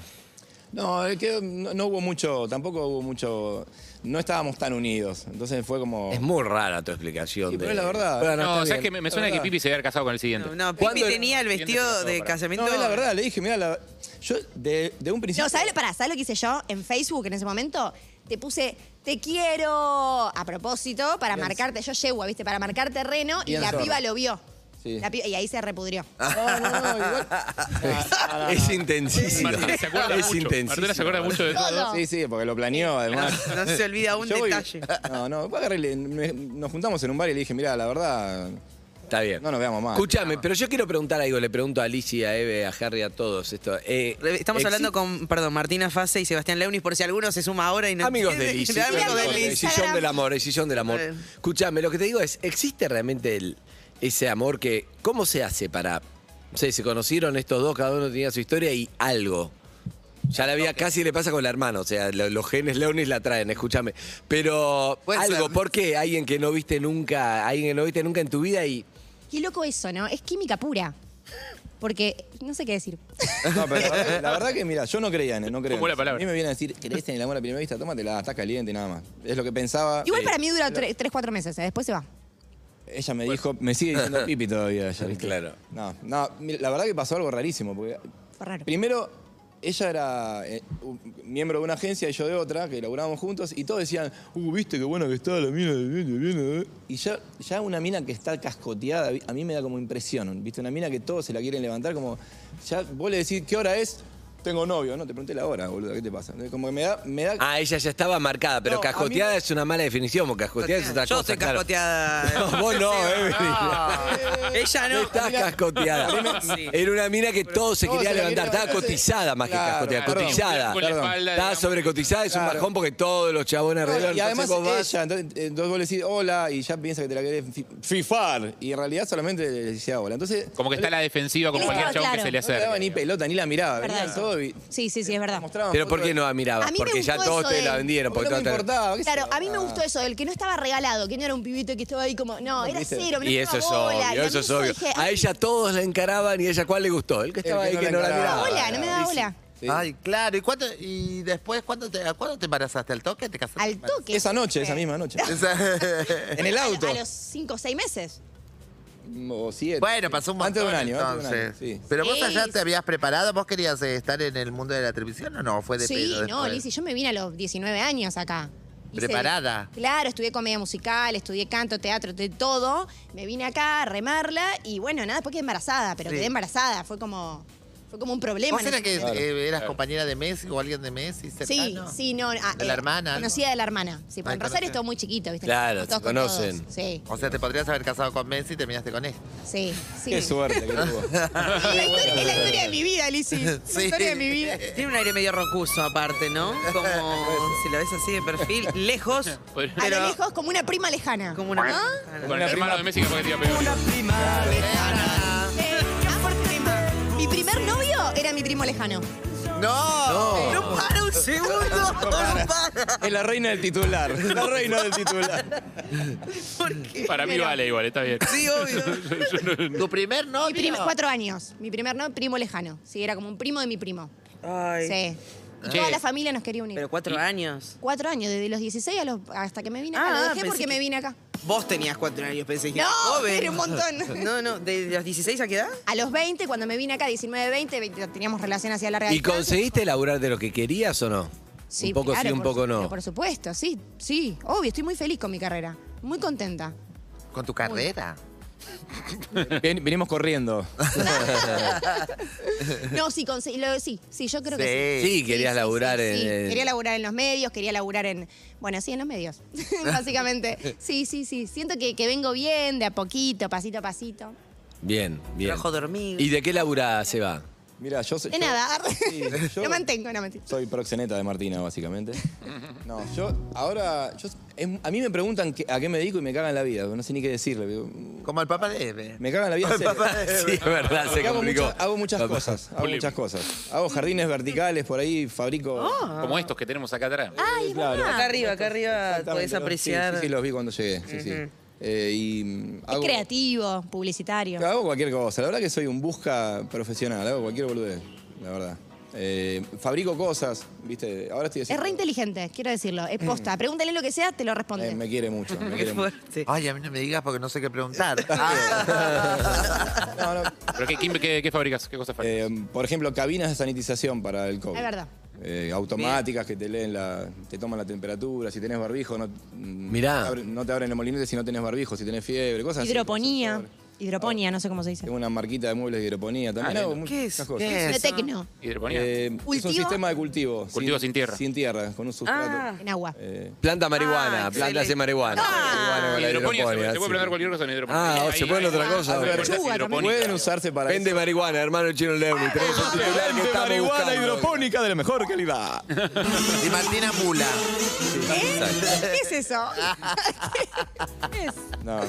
Speaker 14: No, es que no, no hubo mucho, tampoco hubo mucho. No estábamos tan unidos. Entonces fue como.
Speaker 11: Es muy rara tu explicación.
Speaker 14: Y, pero
Speaker 11: de-
Speaker 14: es la verdad.
Speaker 11: Bueno,
Speaker 13: No,
Speaker 11: está
Speaker 13: sabes
Speaker 11: bien.
Speaker 13: que me, me
Speaker 14: la
Speaker 13: suena que
Speaker 14: verdad.
Speaker 13: Pipi se había casado con el siguiente.
Speaker 3: No, no, Pipi
Speaker 14: ¿Cuándo-
Speaker 3: tenía el vestido de casamiento.
Speaker 14: No, es la verdad, le dije, mira, la- yo de, de un principio.
Speaker 4: No, ¿sabes, lo- pará, ¿sabes lo que hice yo en Facebook en ese momento? Te puse, te quiero a propósito para
Speaker 14: Bien.
Speaker 4: marcarte, yo yegua, ¿viste? Para marcar terreno
Speaker 14: Bien,
Speaker 4: y la
Speaker 14: zorra.
Speaker 4: piba lo vio.
Speaker 14: Sí.
Speaker 4: La piba- y ahí se repudrió.
Speaker 14: No, no, no,
Speaker 11: (laughs)
Speaker 14: igual. Ah,
Speaker 11: Es intensísimo.
Speaker 13: Martina se acuerda
Speaker 11: es
Speaker 13: mucho. Martina se acuerda
Speaker 11: intensísimo.
Speaker 13: mucho de todo.
Speaker 14: Sí, sí, porque lo planeó además.
Speaker 3: No se olvida un
Speaker 14: Yo voy-
Speaker 3: detalle.
Speaker 14: No, no, vos agarré y le- me- nos juntamos en un bar y le dije, mira, la verdad,
Speaker 11: Está bien.
Speaker 14: no nos veamos más.
Speaker 11: Escúchame, pero yo quiero preguntar algo. Le pregunto a Alicia, a Eve, a Harry, a todos esto. Eh,
Speaker 3: Estamos
Speaker 11: ¿exi-
Speaker 3: hablando con, perdón, Martina Fase y Sebastián Leunis, por si alguno se suma ahora y no
Speaker 11: Amigos de
Speaker 3: entiende.
Speaker 11: Liz.
Speaker 3: Amigos (laughs) de Liz.
Speaker 11: Decisión del amor, decisión del amor.
Speaker 3: Eh.
Speaker 11: Escúchame, lo que te digo es, ¿existe realmente el- ese amor que. ¿Cómo se hace para.? No sé, se conocieron estos dos, cada uno tenía su historia y algo. Ya la vida casi le pasa con la hermana, o sea, lo- los genes leones la traen, escúchame. Pero
Speaker 3: Puede
Speaker 11: algo,
Speaker 3: ser.
Speaker 11: ¿por qué alguien que no viste nunca, alguien que no viste nunca en tu vida y
Speaker 4: Qué loco eso, ¿no? Es química pura. Porque no sé qué decir.
Speaker 14: No, pero la verdad- la verdad que, mira, yo no creía en él, no creía.
Speaker 13: Como la palabra.
Speaker 14: A mí me viene a decir, ¿crees en el amor a primera vista? Tómatela, estás caliente, nada más. Es lo que
Speaker 3: Ah,
Speaker 14: pensaba.
Speaker 4: Igual
Speaker 14: Eh,
Speaker 4: para mí dura tre- tres, cuatro meses, ¿eh? después se va.
Speaker 14: Ella me dijo, me sigue (laughs) diciendo pipi todavía. ella, ¿viste?
Speaker 11: Claro.
Speaker 14: No, no, mira, la verdad que pasó algo rarísimo. Porque
Speaker 4: Fue raro.
Speaker 14: primero,
Speaker 11: ella era eh, un- miembro de una agencia y yo de otra, que laburábamos juntos, y todos decían, uh, viste qué buena que está la mina, viene, viene. eh". Y ya, ya una mina que está cascoteada, vi- a mí me da como impresión, viste, una mina que todos se la quieren levantar, como, ya vos le decís, ¿qué hora es? Tengo novio, no, te pregunté la hora, boludo, ¿qué te pasa? Como que me da, me da
Speaker 16: Ah, ella ya estaba marcada, pero
Speaker 11: No,
Speaker 16: cascoteada
Speaker 11: a mí
Speaker 16: es una mala definición, porque cascoteada es otra
Speaker 3: Yo
Speaker 16: cosa.
Speaker 3: estoy
Speaker 16: claro.
Speaker 3: cascoteada.
Speaker 16: (laughs) No, vos no, Evelyn.
Speaker 11: Ah.
Speaker 16: (laughs)
Speaker 3: Ella no.
Speaker 16: No estás cascoteada.
Speaker 3: Sí.
Speaker 16: Era una mina que todos se
Speaker 3: Todos
Speaker 16: querían
Speaker 3: se la
Speaker 16: levantar. Estaba
Speaker 3: querían levantar, sí.
Speaker 16: cotizada más que
Speaker 3: Claro,
Speaker 16: cascoteada.
Speaker 3: perdón.
Speaker 16: Cotizada.
Speaker 3: Con la espalda,
Speaker 16: Estaba sobrecotizada, es un
Speaker 11: Claro.
Speaker 16: bajón porque todos los chabones alrededor.
Speaker 11: y además
Speaker 16: Entonces vos vas-
Speaker 11: ella, entonces, eh, entonces vos le decís hola y ya piensa que te la querés fi- fifar. Y en realidad solamente le decía hola. Entonces,
Speaker 13: Como que está a la defensiva con
Speaker 11: No,
Speaker 13: cualquier chabón que
Speaker 11: claro.
Speaker 13: se le
Speaker 11: No le
Speaker 13: acerque.
Speaker 11: daba ni pelota, ni la miraba.
Speaker 4: Verdad.
Speaker 11: Venían todos y-
Speaker 4: Sí, sí, sí, es verdad.
Speaker 16: Pero ¿por qué no la mirabas?
Speaker 4: A mí me
Speaker 16: Porque ya
Speaker 4: gustó
Speaker 16: todos
Speaker 4: eso
Speaker 16: te
Speaker 4: de-
Speaker 16: la vendieron. Porque todos te-
Speaker 4: Claro, a mí me gustó eso, el que no estaba regalado, que no era un pibito que estaba ahí como, no, era
Speaker 16: ¿Viste?
Speaker 4: cero,
Speaker 16: Y
Speaker 4: no
Speaker 16: eso
Speaker 4: estaba
Speaker 16: es
Speaker 4: bola, y
Speaker 16: obvio,
Speaker 4: a mí
Speaker 16: eso es obvio.
Speaker 4: dije,
Speaker 16: A ella todos la encaraban y ella cuál le gustó. El que estaba ahí que no la
Speaker 11: Ah,
Speaker 16: miraba.
Speaker 4: Hola, no me da bola.
Speaker 10: Ay, claro. ¿Y, cuánto- y después, ¿cuándo te, a cuándo te embarazaste? ¿Al toque? ¿Te casaste?
Speaker 4: Al
Speaker 10: (laughs)
Speaker 4: toque.
Speaker 10: Esa
Speaker 11: noche, esa misma noche. (laughs)
Speaker 10: en
Speaker 11: el auto.
Speaker 4: A los cinco o seis meses.
Speaker 11: O siete.
Speaker 10: Bueno, pasó un montón.
Speaker 11: Antes de un año, antes de un
Speaker 10: entonces.
Speaker 11: año, sí.
Speaker 10: Pero vos
Speaker 4: Sí,
Speaker 10: allá
Speaker 4: sí.
Speaker 10: te habías preparado, vos querías eh, estar en el mundo de la televisión o no? Fue de
Speaker 4: Sí,
Speaker 10: pedo
Speaker 4: no,
Speaker 10: después?
Speaker 4: Lizzy, yo me vine a los 19 años acá. Hice-
Speaker 10: ¿Preparada?
Speaker 4: Claro, estudié comedia musical, estudié canto, teatro, de todo. Me vine acá a remarla y bueno, nada, después quedé embarazada, pero
Speaker 10: Sí.
Speaker 4: quedé embarazada. Fue como, fue como un problema.
Speaker 10: ¿Vos
Speaker 4: en
Speaker 10: era
Speaker 4: ese
Speaker 10: que
Speaker 4: momento.
Speaker 10: eh, eras compañera de Messi o alguien de Messi
Speaker 4: Sí,
Speaker 10: cercano?
Speaker 4: sí, no. ah,
Speaker 10: ¿De la
Speaker 4: eh,
Speaker 10: hermana, algo?
Speaker 4: Conocida de la hermana. Sí, porque
Speaker 10: Ah,
Speaker 4: en Rosario
Speaker 10: conocida.
Speaker 4: es todo muy chiquito, ¿viste?
Speaker 10: Claro,
Speaker 4: Todos
Speaker 10: se
Speaker 4: con
Speaker 10: conocen.
Speaker 4: todos. Sí,
Speaker 10: O sea, te podrías haber casado con Messi y terminaste con él.
Speaker 4: sí, sí.
Speaker 10: Qué suerte que tuvo.
Speaker 4: Es la historia de mi vida, Lizzy.
Speaker 10: (laughs)
Speaker 4: Es La historia de mi vida.
Speaker 3: Tiene un aire medio rocuso aparte, ¿no?
Speaker 11: (laughs)
Speaker 3: Como si la ves así de perfil, lejos,
Speaker 4: A lo
Speaker 3: pero
Speaker 4: lejos, como una prima lejana. Como
Speaker 3: una
Speaker 4: ¿Ah?
Speaker 13: Con el hermano de Messi que fue que te iba a pegar.
Speaker 4: Mi primer novio era mi primo lejano.
Speaker 10: No.
Speaker 3: No para un segundo. No para.
Speaker 11: Es la reina del titular. La reina del titular.
Speaker 13: Para mí
Speaker 4: Pero-
Speaker 13: vale igual, está bien.
Speaker 3: Sí,
Speaker 13: (laughs) obvio.
Speaker 10: ¿Tu primer
Speaker 4: Mi
Speaker 10: novio?
Speaker 4: primer- cuatro años. Mi primer novio, primo lejano. Sí, era como un primo de mi primo. Sí. Y
Speaker 3: Che.
Speaker 4: toda la familia nos quería unir.
Speaker 3: Pero cuatro años.
Speaker 4: Cuatro años, desde los 16 a los- hasta que me vine acá.
Speaker 3: Ah,
Speaker 4: lo dejé
Speaker 3: pensé
Speaker 4: porque
Speaker 3: que-
Speaker 4: me vine acá.
Speaker 3: Vos tenías cuatro años, pensé que
Speaker 4: No,
Speaker 3: eras joven.
Speaker 4: era un
Speaker 3: (laughs)
Speaker 4: montón.
Speaker 3: No, no, ¿de los 16 a qué edad?
Speaker 4: A los 20, cuando me vine acá, 19, 20, 20, teníamos relación hacia larga
Speaker 16: ¿Y
Speaker 4: distancia.
Speaker 16: conseguiste laburar de lo que querías o no?
Speaker 4: Sí,
Speaker 16: un poco
Speaker 4: claro,
Speaker 16: sí, un
Speaker 4: por
Speaker 16: poco
Speaker 4: su-
Speaker 16: no.
Speaker 4: pero Por supuesto, sí, sí. Obvio, estoy muy feliz con mi carrera. Muy contenta.
Speaker 10: ¿Con tu carrera?
Speaker 11: Ven- venimos corriendo.
Speaker 4: No, sí, conseguí- lo- sí, sí, yo creo que sí.
Speaker 16: (laughs) Sí, querías laburar en.
Speaker 4: Sí,
Speaker 16: en-
Speaker 4: quería laburar en los medios, quería laburar en. Bueno, sí, en los medios, básicamente. Sí, sí, sí. Siento que, que vengo bien, de a poquito, pasito a pasito.
Speaker 16: Bien, bien.
Speaker 3: Trabajo dormido.
Speaker 16: ¿Y de qué laburás, Seba?
Speaker 11: Mira, yo soy.
Speaker 4: De nada. (laughs)
Speaker 11: yo-
Speaker 4: no mantengo, no mantengo.
Speaker 11: Soy proxeneta de Martina, básicamente. No, yo ahora. yo- em, a mí me preguntan qué- a qué me dedico y me cagan la vida. No sé ni qué decirle. digo,
Speaker 10: Como el papá de Eve.
Speaker 11: Me cagan la vida. en
Speaker 10: Ay,
Speaker 11: serio.
Speaker 10: papá, eh.
Speaker 16: Sí, es verdad, se
Speaker 11: Porque hago
Speaker 16: complicó.
Speaker 11: muchas- hago muchas
Speaker 16: Papá.
Speaker 11: cosas. Hago
Speaker 13: Polémico.
Speaker 11: muchas cosas. Hago jardines verticales por ahí, fabrico.
Speaker 4: Ah,
Speaker 13: Como estos que tenemos acá atrás.
Speaker 11: Sí, claro.
Speaker 3: Acá arriba, acá arriba
Speaker 11: Exactamente,
Speaker 3: podés
Speaker 11: los-
Speaker 3: apreciar. (laughs)
Speaker 11: Sí, sí, sí, los vi cuando llegué. Sí, sí.
Speaker 3: Ujú.
Speaker 11: Eh, y mm,
Speaker 4: Es
Speaker 11: hago,
Speaker 4: creativo, publicitario.
Speaker 11: hago cualquier cosa. La verdad que soy un busca profesional. Hago cualquier boludez, la verdad. Eh, fabrico cosas, ¿viste? Ahora estoy
Speaker 4: Es
Speaker 11: haciendo...
Speaker 4: re inteligente, quiero decirlo. Es posta. Pregúntale lo que sea, te lo responde.
Speaker 11: Eh, me quiere mucho.
Speaker 3: (laughs)
Speaker 11: Me
Speaker 10: Qué
Speaker 11: quiere mucho.
Speaker 16: Ah,
Speaker 10: Ay, a mí no me digas porque no sé
Speaker 4: (laughs)
Speaker 10: qué preguntar.
Speaker 4: Ah.
Speaker 13: ¿Pero qué, qué, qué- qué fabricas? ¿Qué cosas fabricas?
Speaker 11: Eh, por ejemplo, cabinas de sanitización para el COVID.
Speaker 4: Es verdad.
Speaker 11: Eh, automáticas que te leen la, te toman la temperatura, si tenés barbijo, no, mm,
Speaker 16: Mirá.
Speaker 11: te abren- no te abren el molinete si no tenés barbijo, si tenés fiebre, cosas así.
Speaker 4: Hidroponía. Hidroponía, no sé cómo se dice.
Speaker 11: Tengo una marquita de muebles de hidroponía también.
Speaker 4: Ah,
Speaker 11: hago
Speaker 4: lindo.
Speaker 11: muchas
Speaker 4: ¿Qué es?
Speaker 11: cosas.
Speaker 4: ¿Qué es? De tecno.
Speaker 13: Hidroponía.
Speaker 11: Eh, es
Speaker 4: ¿Cultivo?
Speaker 11: un sistema de cultivo.
Speaker 13: Cultivo sin tierra.
Speaker 11: Sin tierra, con un sustrato.
Speaker 13: Ah.
Speaker 4: En agua.
Speaker 11: Eh,
Speaker 16: Planta marihuana,
Speaker 11: Ah,
Speaker 16: plantas
Speaker 11: excelente.
Speaker 16: de marihuana. Marihuana con la
Speaker 13: Hidroponía, se, puede- se
Speaker 16: sí.
Speaker 13: puede prender cualquier cosa en hidroponía.
Speaker 16: Ah,
Speaker 13: Ahí,
Speaker 16: se
Speaker 13: ahí,
Speaker 16: puede
Speaker 13: ahí.
Speaker 16: otra cosa.
Speaker 11: pueden usarse para
Speaker 16: Vende marihuana, hermano el chino
Speaker 13: Ah,
Speaker 16: Lerner. Tenemos un titular que
Speaker 11: Vende
Speaker 16: estamos
Speaker 11: marihuana
Speaker 16: buscando.
Speaker 11: hidropónica de la mejor calidad.
Speaker 10: y Martina Mula.
Speaker 13: ¿Eh?
Speaker 4: ¿Qué es eso?
Speaker 11: No, no.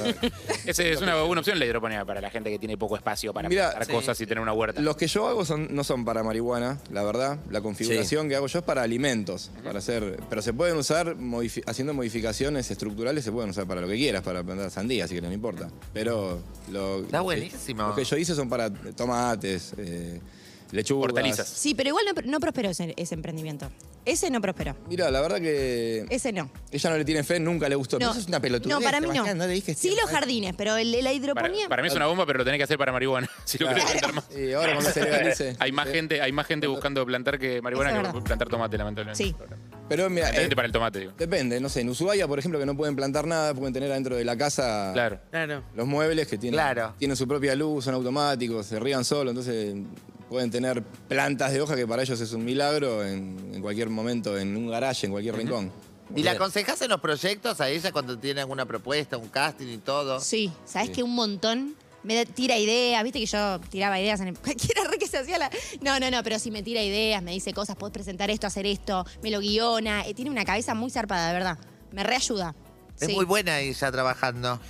Speaker 13: Ese es una, una opción la hidroponía para la gente que tiene poco espacio para
Speaker 11: Mirá,
Speaker 13: plantar
Speaker 11: sí.
Speaker 13: cosas y tener una huerta.
Speaker 11: Los que yo hago son, no son para marihuana, la verdad. La configuración que hago yo es para alimentos, para hacer. Pero se pueden usar modifi- haciendo modificaciones estructurales, se pueden usar para lo que quieras, para plantar sandías, si que no importa. Pero lo,
Speaker 10: Está
Speaker 11: lo que-
Speaker 10: buenísimo.
Speaker 11: lo que yo hice son para tomates, eh, lechugas.
Speaker 13: Hortalizas.
Speaker 4: Sí, pero igual no, no prosperó ese, ese emprendimiento. Ese no prosperó.
Speaker 14: Mira, la verdad que
Speaker 4: Ese no.
Speaker 14: ella no le tiene fe, nunca le gustó.
Speaker 4: No.
Speaker 14: Pero eso es una pelotudez.
Speaker 4: No, para
Speaker 14: ¿te
Speaker 4: mí no.
Speaker 14: imaginas? le dije
Speaker 4: Sí los jardines, pero el- la
Speaker 13: Para,
Speaker 4: hidroponía...
Speaker 13: para mí es una bomba, pero lo tenés que hacer para marihuana. (laughs) Si lo querés plantar más.
Speaker 14: Y ahora cuando se legalice.
Speaker 13: Hay más gente, hay más gente buscando plantar que marihuana
Speaker 14: Eso es
Speaker 13: que
Speaker 14: verdad.
Speaker 13: plantar tomate, lamentablemente.
Speaker 14: Sí. Pero mira, eh,
Speaker 13: Lamentablemente para el tomate, digo.
Speaker 14: depende, no sé, en Ushuaia, por ejemplo, que no pueden plantar nada, pueden tener adentro de la
Speaker 11: Ah.
Speaker 14: casa
Speaker 13: Claro.
Speaker 14: los muebles que tienen, tienen su propia luz, son automáticos, se rían solo, entonces pueden tener plantas de hoja que para ellos es un milagro en, en cualquier momento, en un garaje, en cualquier rincón.
Speaker 10: ¿Y la aconsejás en los proyectos a ella cuando tiene alguna propuesta, un casting y todo?
Speaker 4: Sí, ¿sabes
Speaker 10: Sí.
Speaker 4: que un montón? Me da- tira ideas, viste que yo tiraba ideas en el- (laughs) cualquiera re que se hacía la. No, no, no, pero si me tira ideas, me dice cosas, podés presentar esto, hacer esto, me lo guiona. eh, tiene una cabeza muy zarpada, de verdad. Me reayuda.
Speaker 10: Es
Speaker 4: Sí.
Speaker 10: muy buena ella trabajando.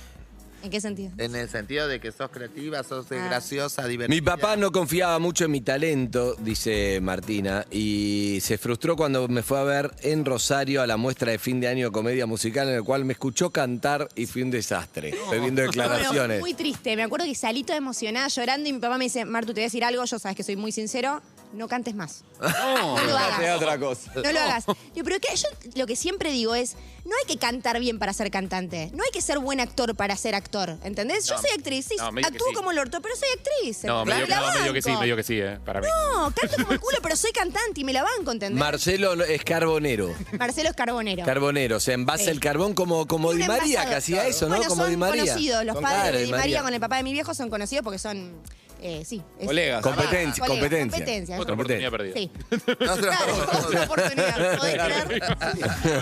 Speaker 4: ¿En qué sentido?
Speaker 10: En el sentido de que sos creativa, sos eh,
Speaker 4: Ah.
Speaker 10: graciosa, divertida.
Speaker 11: Mi papá no confiaba mucho en mi talento, dice Martina, y se frustró cuando me fue a ver en Rosario a la muestra de fin de año de comedia musical, en el cual me escuchó cantar y fue un desastre. Estoy viendo
Speaker 4: Bueno,
Speaker 11: declaraciones.
Speaker 4: (laughs) muy triste. Me acuerdo que salí toda emocionada, llorando, y mi papá me dice, Martu, te voy a decir algo, yo sabes que soy muy sincero, no cantes (laughs) más. No lo hagas.
Speaker 14: Sea otra cosa.
Speaker 4: No lo hagas. Digo, pero que yo lo que siempre digo es, no hay que cantar bien para ser cantante, no hay que ser buen actor para ser actor, ¿entendés? Yo
Speaker 13: No,
Speaker 4: soy actriz, sí,
Speaker 13: no, medio que
Speaker 4: actúo
Speaker 13: sí.
Speaker 4: como el orto, pero soy actriz.
Speaker 13: No,
Speaker 4: ¿entendés?
Speaker 13: medio,
Speaker 4: Me la
Speaker 13: no, medio que sí,
Speaker 4: banco.
Speaker 13: medio que sí, eh, para mí.
Speaker 4: No, canto como el culo, pero soy cantante y me la banco, ¿entendés?
Speaker 11: Marcelo no- es carbonero.
Speaker 4: Marcelo es carbonero.
Speaker 11: Carbonero, se envasa
Speaker 4: Sí.
Speaker 11: el carbón como, como Di
Speaker 4: Un
Speaker 11: María,
Speaker 4: envasado.
Speaker 11: que hacía eso, ¿no?
Speaker 4: Bueno,
Speaker 11: como
Speaker 4: son
Speaker 11: Di María.
Speaker 4: conocidos, los
Speaker 11: Con-
Speaker 4: padres
Speaker 11: claro,
Speaker 4: de Di María, con el papá de mi viejo son conocidos porque son, eh, sí. es-
Speaker 11: Colegas. Competencia,
Speaker 4: Colegas,
Speaker 11: competencia.
Speaker 4: competencia.
Speaker 11: Otra oportunidad perdida.
Speaker 4: (laughs) Sí. (laughs)
Speaker 11: Otra
Speaker 4: oportunidad, ¿podés creer?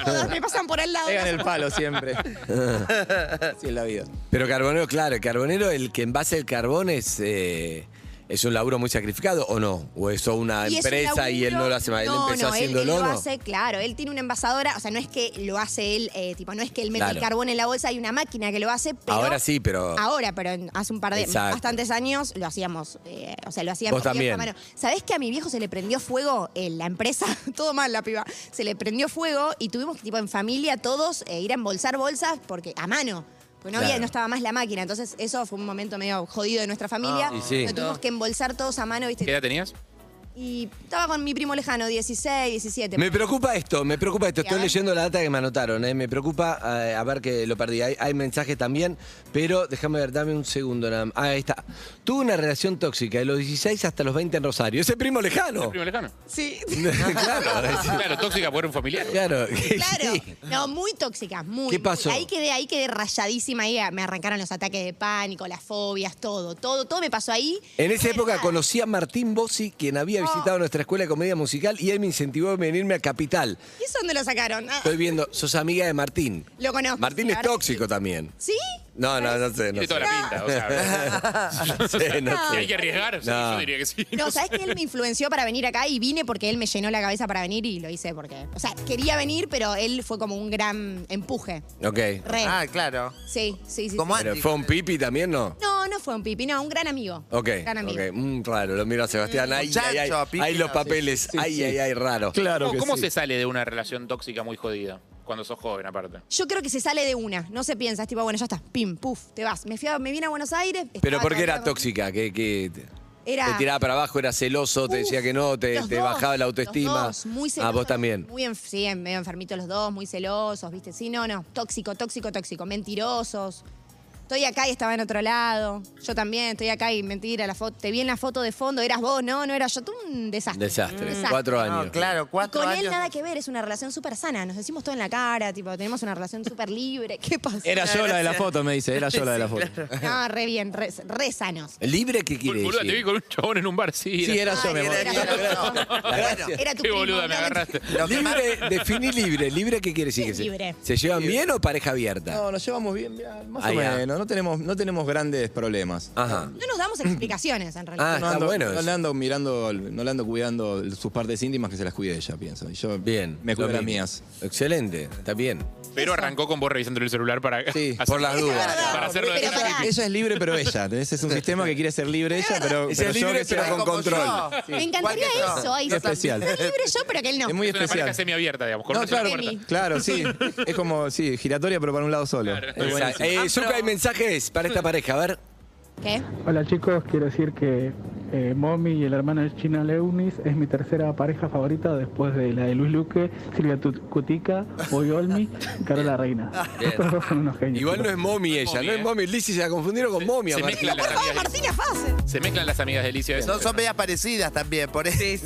Speaker 4: Todas me pasan por el lado.
Speaker 14: Pegan el palo siempre. Así es la vida.
Speaker 11: Pero carbonero, claro, el carbonero, el que envase el carbón es, eh, es un laburo muy sacrificado, ¿o no? ¿O eso una
Speaker 4: Y es un
Speaker 11: empresa y él no lo hace más?
Speaker 4: No,
Speaker 11: él empezó
Speaker 4: no, él-
Speaker 11: haciéndolo,
Speaker 4: él,
Speaker 11: ¿no?
Speaker 4: lo hace, claro. Él tiene una envasadora, o sea, no es que lo hace él, eh, tipo, no es que él mete el
Speaker 11: Claro.
Speaker 4: carbón en la bolsa, hay una máquina que lo hace, pero...
Speaker 11: Ahora sí, pero-
Speaker 4: Ahora, pero en- hace un par de...
Speaker 11: Exacto.
Speaker 4: Bastantes años lo hacíamos, eh, o sea, lo hacíamos...
Speaker 11: Vos también.
Speaker 4: ¿Sabés que a mi viejo se le prendió fuego en la empresa? (laughs) todo mal, la piba. Se le prendió fuego y tuvimos que, tipo, en familia todos eh, ir a embolsar bolsas porque a mano. Porque no, había,
Speaker 11: Claro.
Speaker 4: no estaba más la máquina. Entonces, eso fue un momento medio jodido de nuestra familia.
Speaker 11: Ah. Y sí.
Speaker 4: Lo tuvimos que embolsar todos a mano, ¿viste?
Speaker 13: ¿Qué edad tenías?
Speaker 4: Y estaba con mi primo lejano, 16, 17.
Speaker 11: Me preocupa esto, me preocupa esto. Estoy
Speaker 4: Ya.
Speaker 11: leyendo la data que me anotaron, ¿eh? me preocupa, eh, a ver que lo perdí. Hay, hay mensajes también, pero déjame ver, dame un segundo. nada más. Ah, ahí está. Tuve una relación tóxica de los 16 hasta los 20 en Rosario. Ese primo lejano.
Speaker 13: ¿Es primo lejano?
Speaker 4: Sí.
Speaker 11: claro, (laughs) sí.
Speaker 13: Claro, tóxica por un familiar.
Speaker 11: (laughs) Claro.
Speaker 4: Claro. No, muy tóxica, muy.
Speaker 11: ¿Qué pasó?
Speaker 4: muy. Ahí quedé, ahí quedé rayadísima, ahí me arrancaron los ataques de pánico, las fobias, todo, todo, todo me pasó ahí. ah,
Speaker 11: En esa época conocí a Martín Bossi, quien había
Speaker 4: Oh.
Speaker 11: visitado nuestra escuela de comedia musical, y él me incentivó a venirme a Capital.
Speaker 4: ¿Y eso dónde lo sacaron? Ah,
Speaker 11: Estoy viendo, sos amiga de Martín.
Speaker 4: lo conozco.
Speaker 11: Martín
Speaker 4: sí,
Speaker 11: es
Speaker 4: ahora-
Speaker 11: tóxico también.
Speaker 4: ¿Sí?
Speaker 11: No, no, no sé.
Speaker 13: Tiene
Speaker 11: No sé.
Speaker 13: toda la pinta, o sea.
Speaker 11: (laughs) Sí, no
Speaker 13: Si (laughs)
Speaker 11: sé.
Speaker 13: hay que arriesgar, sí,
Speaker 11: No.
Speaker 13: yo diría que sí.
Speaker 4: No, ¿sabes que él me influenció para venir acá y vine porque él me llenó la cabeza para venir y lo hice porque. O sea, quería venir, pero él fue como un gran empuje.
Speaker 11: Ok.
Speaker 4: Re. Ah,
Speaker 10: claro.
Speaker 4: Sí, sí, sí. sí.
Speaker 11: Pero fue un pipi también, ¿no?
Speaker 4: No, no fue un pipi, no, un gran amigo.
Speaker 11: Ok,
Speaker 4: Gran amigo.
Speaker 11: ok. Mm, raro, lo miro a Sebastián. Ay, ay, ay,
Speaker 13: Muchacho, pipi,
Speaker 11: Ay, los
Speaker 13: no,
Speaker 11: papeles.
Speaker 13: sí, sí,
Speaker 11: ay,
Speaker 13: sí.
Speaker 11: ay, ay, raro.
Speaker 13: ¿Cómo, cómo se sale de una relación tóxica muy jodida? Cuando sos joven, aparte.
Speaker 4: Yo creo que se sale de una, no se piensa, es tipo, bueno, ya está, pim, puf, te vas. Me, fui a- me vine a Buenos Aires.
Speaker 11: Pero
Speaker 4: estaba
Speaker 11: ¿por qué era
Speaker 4: todavía-
Speaker 11: tóxica? ¿Qué, qué te-
Speaker 4: Era-
Speaker 11: te tiraba para abajo, era celoso, te decía que no, te,
Speaker 4: Los
Speaker 11: te
Speaker 4: dos,
Speaker 11: bajaba la
Speaker 4: los
Speaker 11: autoestima.
Speaker 4: dos, muy
Speaker 11: ah, vos
Speaker 4: celosos,
Speaker 11: también.
Speaker 4: Muy en, sí, en- medio enfermitos los dos, muy celosos, ¿viste? Sí, no, no, tóxico, tóxico, tóxico, mentirosos. Estoy acá y estaba en otro lado. Yo también, estoy acá y mentira, la foto, te vi en la foto de fondo, eras vos, no, no era yo, tú un desastre.
Speaker 11: Desastre.
Speaker 4: un
Speaker 11: Cuatro años. No, claro, cuatro
Speaker 4: Y con él
Speaker 11: años.
Speaker 4: nada que ver, es una relación súper sana, nos decimos todo en la cara, tipo, tenemos una relación súper libre. ¿Qué pasa?
Speaker 14: Era yo la de la foto, me dice, era yo la de la foto.
Speaker 4: No, re bien, re, re sanos.
Speaker 11: ¿Libre qué quiere
Speaker 13: Boluda, te vi
Speaker 11: decir?
Speaker 13: con un chabón en un bar, sí.
Speaker 11: Sí, era yo, mi amor.
Speaker 4: Era tu
Speaker 13: Qué
Speaker 4: primo,
Speaker 13: boluda me
Speaker 4: no,
Speaker 13: (laughs) agarraste.
Speaker 11: Libre, definí libre. ¿Libre qué quiere decir? que se-
Speaker 4: libre?
Speaker 11: ¿Se llevan bien o pareja abierta?
Speaker 14: No, nos llevamos bien, mirá, más
Speaker 11: Ahí
Speaker 14: o
Speaker 11: va.
Speaker 14: menos. No tenemos, no tenemos grandes problemas.
Speaker 11: Ajá. Ah,
Speaker 4: No nos damos explicaciones en realidad.
Speaker 14: no ando- No le ando mirando, no le ando cuidando sus partes íntimas que se las cuide ella, pienso. Y yo bien, me cuido
Speaker 11: lo
Speaker 14: las
Speaker 11: mismo.
Speaker 14: mías.
Speaker 11: Excelente, está bien.
Speaker 13: Pero arrancó con vos revisándole el celular para.
Speaker 11: (laughs) por las dudas.
Speaker 13: Para hacerlo de cara.
Speaker 14: Ella es libre, pero ella. Ese
Speaker 11: (laughs)
Speaker 14: es un sistema que quiere ser libre ella, pero.
Speaker 11: Ella es
Speaker 14: yo
Speaker 11: libre,
Speaker 14: que sea-
Speaker 11: pero con Como control. yo.
Speaker 14: Sí.
Speaker 4: Me
Speaker 14: Igual
Speaker 4: encantaría
Speaker 14: que yo.
Speaker 4: eso. ahí
Speaker 14: Es
Speaker 4: está.
Speaker 14: especial.
Speaker 4: Soy libre yo, pero que él no.
Speaker 14: Es muy
Speaker 13: Es una pareja
Speaker 14: especial.
Speaker 13: semiabierta, digamos. con
Speaker 14: No,
Speaker 13: una sola
Speaker 14: claro,
Speaker 13: puerta.
Speaker 14: claro,
Speaker 11: (laughs)
Speaker 14: sí. Es como, sí, giratoria, pero para un lado solo. Es
Speaker 11: Exacto.
Speaker 14: buenísimo.
Speaker 11: Eh, Zucca, hay mensajes para esta pareja, a ver.
Speaker 4: ¿Qué?
Speaker 5: Hola chicos, quiero decir que
Speaker 17: eh, Momi y el hermano de China Leunis es mi tercera pareja favorita después de la de Luis Luque, Silvia Tut- Cutica, Boy Olmi y Carola Reina.
Speaker 11: Bien.
Speaker 17: Estos dos son unos genios.
Speaker 11: Igual no es mommy ella, no es mommy. Lizzy se la confundieron con mommy. a
Speaker 13: se
Speaker 11: Martín.
Speaker 13: mezclan las amigas. Se mezclan las amigas de Alicia. a veces.
Speaker 10: Son, son medias parecidas también, por eso.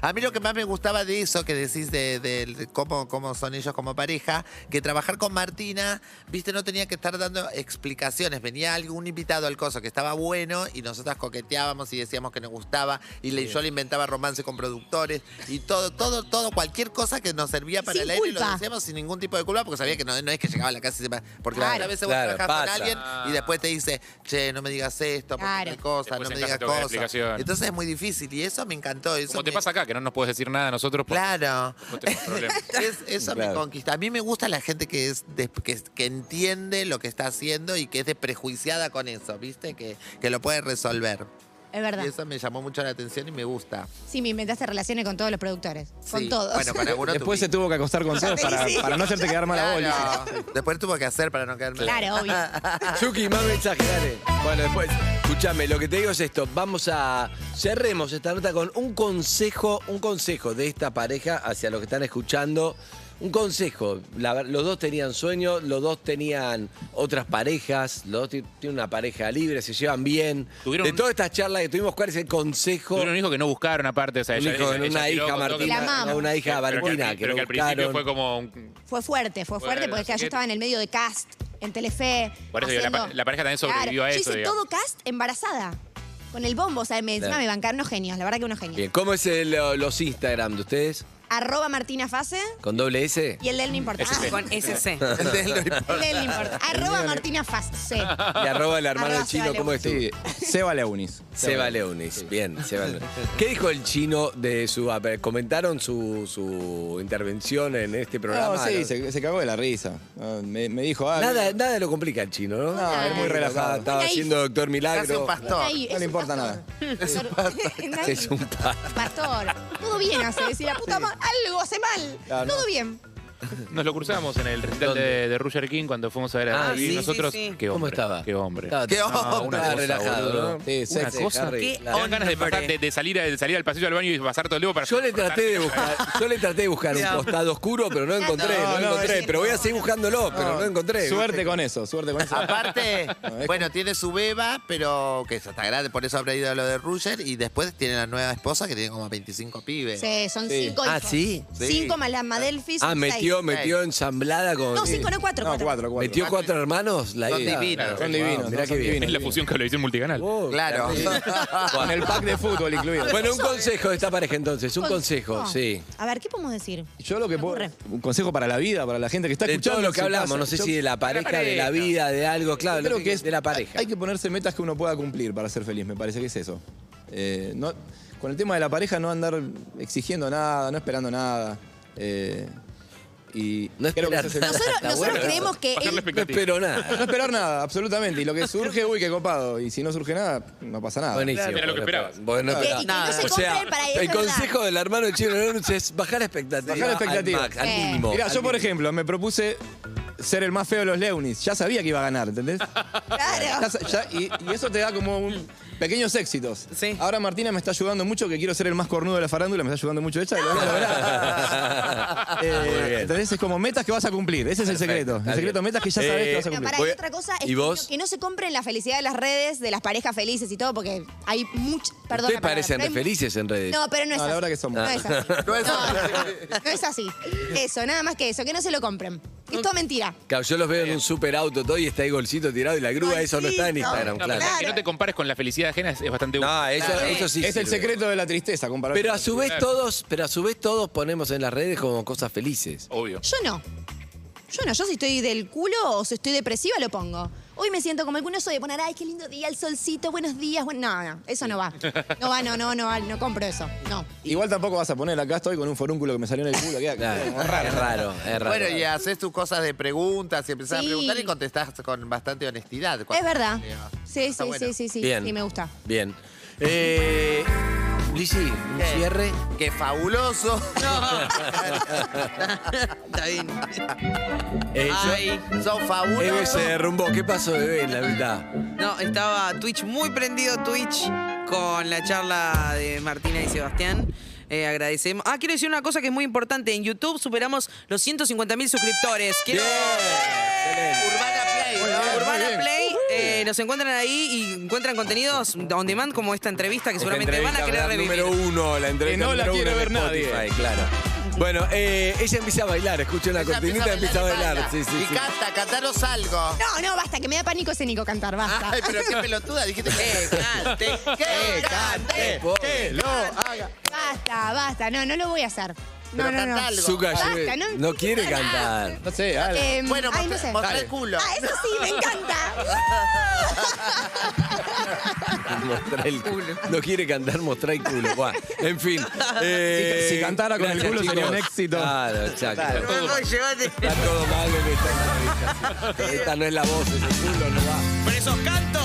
Speaker 10: A mí lo que más me gustaba de eso, que decís de, de- de cómo, cómo son ellos como pareja, que trabajar con Martina, viste, no tenía que estar dando explicaciones. Venía algún invitado al coso que estaba bueno y nosotras coqueteábamos y decíamos que nos gustaba y le, yo le inventaba romance con productores y todo, todo, todo, cualquier cosa que nos servía para
Speaker 11: Sin
Speaker 10: el aire lo
Speaker 11: culpa.
Speaker 10: decíamos sin ningún tipo de culpa porque sabía que no, no es que llegaba a la casa y se... Porque
Speaker 11: Claro.
Speaker 10: a veces
Speaker 11: Claro,
Speaker 10: vos trabajás con
Speaker 11: pasa.
Speaker 10: alguien y después te dice, che, no me digas esto, porque
Speaker 13: Claro.
Speaker 10: tal cosa,
Speaker 13: Después
Speaker 10: no
Speaker 13: en
Speaker 10: me
Speaker 13: casa tengo
Speaker 10: digas
Speaker 13: que dar
Speaker 10: cosas.
Speaker 13: explicaciones.
Speaker 10: Entonces es muy difícil y eso me encantó. Eso,
Speaker 13: Como te pasa acá, que no nos puedes decir nada a nosotros.
Speaker 10: Claro. (laughs)
Speaker 13: problema.
Speaker 10: es- eso me
Speaker 13: Claro.
Speaker 10: conquista. A mí me gusta la gente que es des- que, es- que entiende lo que está haciendo y que es desprejuiciada con eso, ¿viste? Que, que lo puede resolver.
Speaker 4: Es verdad.
Speaker 10: Y eso me llamó mucho la atención y me gusta.
Speaker 4: Sí, me inventaste relaciones con todos los productores.
Speaker 10: Sí.
Speaker 4: Con todos.
Speaker 10: Bueno, con
Speaker 14: (laughs)
Speaker 10: algunos
Speaker 14: Después se tuvo que acostar (laughs) con todos para, para no hacerte quedar mal a vos,
Speaker 10: Claro. Después tuvo que hacer para no quedar mal.
Speaker 4: Claro, obvio.
Speaker 11: Chucky, más mensajes, dale. Bueno, después, escúchame, lo que te digo es esto. Vamos a. Cerremos esta nota con un consejo, un consejo de esta pareja hacia los que están escuchando. Un consejo. La ver- los dos tenían sueños, los dos tenían otras parejas, los dos ti- tienen una pareja libre, se llevan bien. de todas estas charlas que tuvimos, ¿cuál es el consejo?
Speaker 13: Tuvieron un hijo que no buscaron aparte. O sea,
Speaker 11: Un
Speaker 13: ella-
Speaker 11: hijo,
Speaker 13: ella-
Speaker 11: una
Speaker 13: ella
Speaker 11: hija
Speaker 13: tiró con todo que-
Speaker 11: Martina, La amamos. una hija
Speaker 13: Pero que al
Speaker 11: Martina
Speaker 13: pri-
Speaker 11: que
Speaker 13: Pero
Speaker 11: lo
Speaker 13: que al principio
Speaker 11: buscaron.
Speaker 13: fue como... un-
Speaker 4: Fue fuerte, fue fuerte
Speaker 13: Bueno,
Speaker 4: porque
Speaker 13: así
Speaker 4: yo
Speaker 13: que-
Speaker 4: estaba en el medio de cast, en Telefe.
Speaker 13: Por eso digo, la, pa-
Speaker 4: haciendo-
Speaker 13: la pareja también sobrevivió
Speaker 4: Claro,
Speaker 13: a
Speaker 4: yo
Speaker 13: eso,
Speaker 4: hice
Speaker 13: digamos.
Speaker 4: todo cast embarazada. Con el bombo, o sea, me, encima
Speaker 11: Claro.
Speaker 4: me bancaron unos genios, la verdad que unos genios.
Speaker 11: Bien, ¿cómo es el, los Instagram de ustedes?
Speaker 4: Arroba Martina Fase
Speaker 11: ¿Con doble (laughs) S?
Speaker 4: y el del no importa.
Speaker 11: SC.
Speaker 4: con
Speaker 16: (laughs)
Speaker 4: SC.
Speaker 11: El del no
Speaker 4: El del no
Speaker 11: (laughs)
Speaker 4: importa. Arroba Martina Fase.
Speaker 11: Y arroba el hermano
Speaker 4: Arroba
Speaker 11: del chino,
Speaker 4: Seba
Speaker 11: ¿cómo es tú?
Speaker 14: Sí, Seba Leunis.
Speaker 11: Seba Leunis, bien, Seba Leunis. ¿Qué dijo el chino de su... a ver, ¿Comentaron su, su intervención en este programa?
Speaker 14: No, sí,
Speaker 11: ¿No?
Speaker 14: se, se cagó de la risa. Ah, Me, me dijo, ah,
Speaker 11: Nada, nada lo complica el chino, ¿no?
Speaker 14: No, es muy relajado.
Speaker 11: Estaba
Speaker 14: Una
Speaker 11: haciendo
Speaker 14: hija.
Speaker 11: Doctor
Speaker 14: Casi
Speaker 11: Milagro.
Speaker 14: un pastor. Una hija,
Speaker 4: No le
Speaker 14: importa nada.
Speaker 4: (laughs)
Speaker 11: Es un pastor.
Speaker 4: Pastor, todo bien hace. Decir, (laughs) la puta madre, algo hace mal.
Speaker 13: Claro,
Speaker 4: todo bien.
Speaker 13: Nos lo cruzamos en el recital de, de Roger King cuando fuimos a ver a
Speaker 11: Ah,
Speaker 13: David.
Speaker 11: sí,
Speaker 13: nosotros.
Speaker 11: sí, sí.
Speaker 13: Qué
Speaker 11: ¿Cómo
Speaker 13: hombre,
Speaker 11: estaba?
Speaker 13: Qué hombre.
Speaker 11: Estaba- Ah, Qué hombre. Estaba relajado,
Speaker 13: boludo.
Speaker 11: ¿no? Sí,
Speaker 13: una
Speaker 11: sexy,
Speaker 13: cosa.
Speaker 11: Harry,
Speaker 13: Te
Speaker 11: claro.
Speaker 13: dan ganas de, pasar, de, de salir, a- de salir al pasillo al baño y pasar todo el día para.
Speaker 11: Yo le traté de buscar, yo le traté de buscar un
Speaker 13: Ya.
Speaker 11: costado oscuro, pero no encontré, no,
Speaker 14: No, no,
Speaker 11: encontré.
Speaker 14: es-
Speaker 11: Pero voy a seguir buscándolo, pero
Speaker 14: No.
Speaker 11: no encontré.
Speaker 14: Suerte con eso, suerte con eso.
Speaker 10: (laughs) Aparte, bueno, tiene su beba, pero que eso está grande, por eso habrá ido a lo de Ruger. Y después tiene la nueva esposa que tiene como 25 pibes.
Speaker 4: Sí, son cinco hijos. Cinco más la Madelfis.
Speaker 11: Ah,
Speaker 4: son seis.
Speaker 11: metió, metió ensamblada con.
Speaker 4: No, cinco, no, cuatro, No, cuatro. cuatro, cuatro.
Speaker 11: ¿Metió cuatro Ah, hermanos? La
Speaker 10: Son
Speaker 11: idea.
Speaker 10: divinos.
Speaker 11: Claro.
Speaker 10: Son
Speaker 11: Wow,
Speaker 10: divinos,
Speaker 11: mirá
Speaker 10: son
Speaker 11: qué bien.
Speaker 13: Es la fusión que lo hice en
Speaker 11: Uh,
Speaker 13: multicanal.
Speaker 11: Oh,
Speaker 10: Claro.
Speaker 14: (laughs) Con el pack de fútbol incluido.
Speaker 11: Bueno, un consejo de esta pareja entonces, un
Speaker 4: Con-
Speaker 11: consejo,
Speaker 4: no.
Speaker 11: sí.
Speaker 4: A ver, ¿qué podemos
Speaker 11: (laughs)
Speaker 4: decir?
Speaker 14: Yo lo que puedo. Un consejo para la vida, para la gente que está
Speaker 11: De
Speaker 14: escuchando.
Speaker 11: todo lo
Speaker 14: en
Speaker 11: que
Speaker 14: su
Speaker 11: hablamos,
Speaker 14: casa.
Speaker 11: no sé
Speaker 14: Yo-
Speaker 11: si de la pareja, de la vida, de algo, claro,
Speaker 14: Yo
Speaker 11: lo
Speaker 14: creo
Speaker 11: que-
Speaker 14: que es,
Speaker 11: de la pareja.
Speaker 14: Hay que ponerse metas que uno pueda cumplir para ser feliz, me parece que es eso. Eh, no- con el tema de la pareja, no andar exigiendo nada, no esperando nada. eh, y creo que
Speaker 11: esperar
Speaker 14: ese es el-
Speaker 11: nada, Nosotros- está nosotros bueno. creemos que Bajar la él- expectativa. No espero nada.
Speaker 14: No esperar nada, absolutamente. Y lo que surge, uy, qué copado. Y si no surge nada, no pasa nada.
Speaker 11: Buenísimo.
Speaker 13: Era lo que esperabas.
Speaker 11: Bueno,
Speaker 14: Y que-
Speaker 11: pero-
Speaker 14: y que no se
Speaker 11: o sea,
Speaker 14: compren para- es
Speaker 11: el
Speaker 14: verdad.
Speaker 11: consejo del hermano de Chino Leonus es bajar la expectativa.
Speaker 14: Bajar la expectativa.
Speaker 11: Al, max, al mínimo.
Speaker 14: Mirá,
Speaker 11: al
Speaker 14: yo por
Speaker 11: mínimo.
Speaker 14: ejemplo me propuse ser el más feo de los Leunis. Ya sabía que iba a ganar, ¿entendés? Ya sa- ya- y, y eso te da como un- pequeños éxitos. Ahora Martina me está ayudando mucho, que quiero ser el más cornudo de la farándula, me está ayudando mucho ella. y lo vamos a lograr. Eh,
Speaker 11: (laughs) Muy bien.
Speaker 14: entonces es como metas que vas a cumplir. Ese es el secreto.
Speaker 11: está
Speaker 14: El secreto
Speaker 11: bien.
Speaker 14: metas que ya sabes que
Speaker 11: Eh,
Speaker 14: vas a
Speaker 11: Bueno,
Speaker 14: cumplir.
Speaker 11: pará,
Speaker 4: Para, y otra cosa es
Speaker 11: ¿Y
Speaker 4: que
Speaker 11: vos?
Speaker 4: no- que no se compren la felicidad de las redes, de las parejas felices y todo, porque hay mucho. Perdón.
Speaker 11: Ustedes
Speaker 4: la palabra,
Speaker 11: parecen
Speaker 4: pero hay-
Speaker 11: felices en redes.
Speaker 4: No, pero no es
Speaker 11: A
Speaker 4: así.
Speaker 11: la hora que somos.
Speaker 4: No es
Speaker 11: (laughs)
Speaker 4: así. (laughs) No, no es así. Eso, nada más que eso, que no se lo compren. Es todo mentira.
Speaker 11: Claro, yo los veo en un superauto todo y está ahí golcito tirado y la grúa, eso no está en Instagram,
Speaker 13: No,
Speaker 11: claro.
Speaker 13: pero Que no te compares con la felicidad ajena es, es bastante
Speaker 11: No, eso, eso sí.
Speaker 14: Es el
Speaker 11: sirve.
Speaker 14: secreto de la tristeza, comparado
Speaker 11: Pero
Speaker 14: con-
Speaker 11: a su vez todos, pero a su vez todos ponemos en las redes como cosas felices.
Speaker 13: Obvio.
Speaker 4: Yo no. Yo no, yo si estoy del culo o si estoy depresiva lo pongo. Hoy me siento como el culo, soy de poner, ay, qué lindo día, el solcito, buenos días. Bueno, no, no, eso no va. No va, no, no, no va, no compro eso. No.
Speaker 14: Igual tampoco vas a poner acá estoy con un forúnculo que me salió en el culo. Queda como raro.
Speaker 11: Es raro, es raro.
Speaker 10: Bueno, y haces tus cosas de preguntas y empezás
Speaker 4: Sí.
Speaker 10: a preguntar y contestás con bastante honestidad.
Speaker 4: Es verdad.
Speaker 10: Digamos.
Speaker 4: Sí, sí,
Speaker 10: bueno.
Speaker 4: sí, sí, sí.
Speaker 11: Bien.
Speaker 4: Sí, me gusta.
Speaker 11: Bien. Eh, Lizzy, un
Speaker 10: ¿Qué?
Speaker 11: cierre.
Speaker 10: ¡Qué fabuloso! (laughs)
Speaker 3: (laughs)
Speaker 18: Está bien.
Speaker 11: Eh, yo-
Speaker 18: Ay.
Speaker 10: Son
Speaker 11: Eve
Speaker 10: fabulosos.
Speaker 11: se derrumbó. ¿Qué pasó, bebé, en la mitad?
Speaker 18: No, estaba Twitch muy prendido Twitch.
Speaker 3: con la charla de Martina y Sebastián. Eh, agradecemos. Ah, quiero decir una cosa que es muy importante. En YouTube superamos los 150 mil suscriptores. Quiero-
Speaker 11: ¡Eh!
Speaker 3: Urbana Play. eh, nos encuentran ahí y encuentran contenidos on demand como esta entrevista que
Speaker 11: Esta
Speaker 3: seguramente van a
Speaker 11: entrevista,
Speaker 3: querer
Speaker 11: ¿verdad?
Speaker 3: revivir.
Speaker 11: Número uno, la
Speaker 13: Que
Speaker 11: entrevista.
Speaker 13: no la
Speaker 11: número
Speaker 13: quiere
Speaker 11: uno de
Speaker 13: ver nadie.
Speaker 11: Spotify, claro. Bueno, eh, ella empieza a bailar, escucha una cortinita y empieza a bailar. Sí, sí, sí.
Speaker 10: Canta, cantaros
Speaker 4: (laughs)
Speaker 10: algo.
Speaker 4: No, no, basta, que me da pánico escénico cantar, basta.
Speaker 10: Ay, pero qué pelotuda, dijiste
Speaker 4: Eh,
Speaker 10: que cante, (laughs) que cante, que lo haga.
Speaker 4: Basta, basta, no, no lo voy a hacer. No,
Speaker 10: Pero
Speaker 4: no, no.
Speaker 10: canta algo.
Speaker 11: Zucca,
Speaker 4: Basta,
Speaker 11: yo-
Speaker 4: no-
Speaker 11: no, quiere cantar. (laughs)
Speaker 13: No sé,
Speaker 4: Eh,
Speaker 10: bueno,
Speaker 4: ay,
Speaker 10: mostra-
Speaker 4: no sé.
Speaker 10: mostra
Speaker 4: Dale.
Speaker 10: el culo.
Speaker 4: Ah, eso sí, me
Speaker 10: (laughs)
Speaker 4: encanta.
Speaker 11: Mostrar el culo. No quiere cantar, mostrar el culo. Buah. En fin. eh,
Speaker 13: Si- si cantara con el
Speaker 11: gracias,
Speaker 13: culo sería un
Speaker 11: chicos.
Speaker 13: éxito.
Speaker 11: Claro, exacto. Está todo mal.
Speaker 3: llévate.
Speaker 11: Está todo mal en esta entrevista, sí. Esta no es la voz, es el culo, no va.
Speaker 19: Pero esos cantos.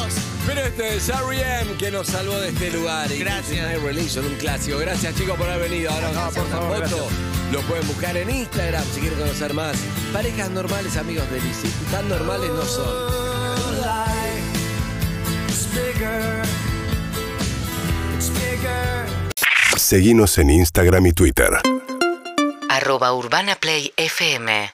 Speaker 11: Pero este es R.E.M. que nos salvó de este lugar. Y Gracias. My Relation, un clásico. Gracias, chicos, por haber venido. Ahora vamos a hacer una foto. Lo pueden buscar en Instagram si quieren conocer más. Parejas normales, amigos de Lizzy. Tan normales no son.
Speaker 20: Seguimos en Instagram y Twitter.
Speaker 1: Arroba Urbana Play FM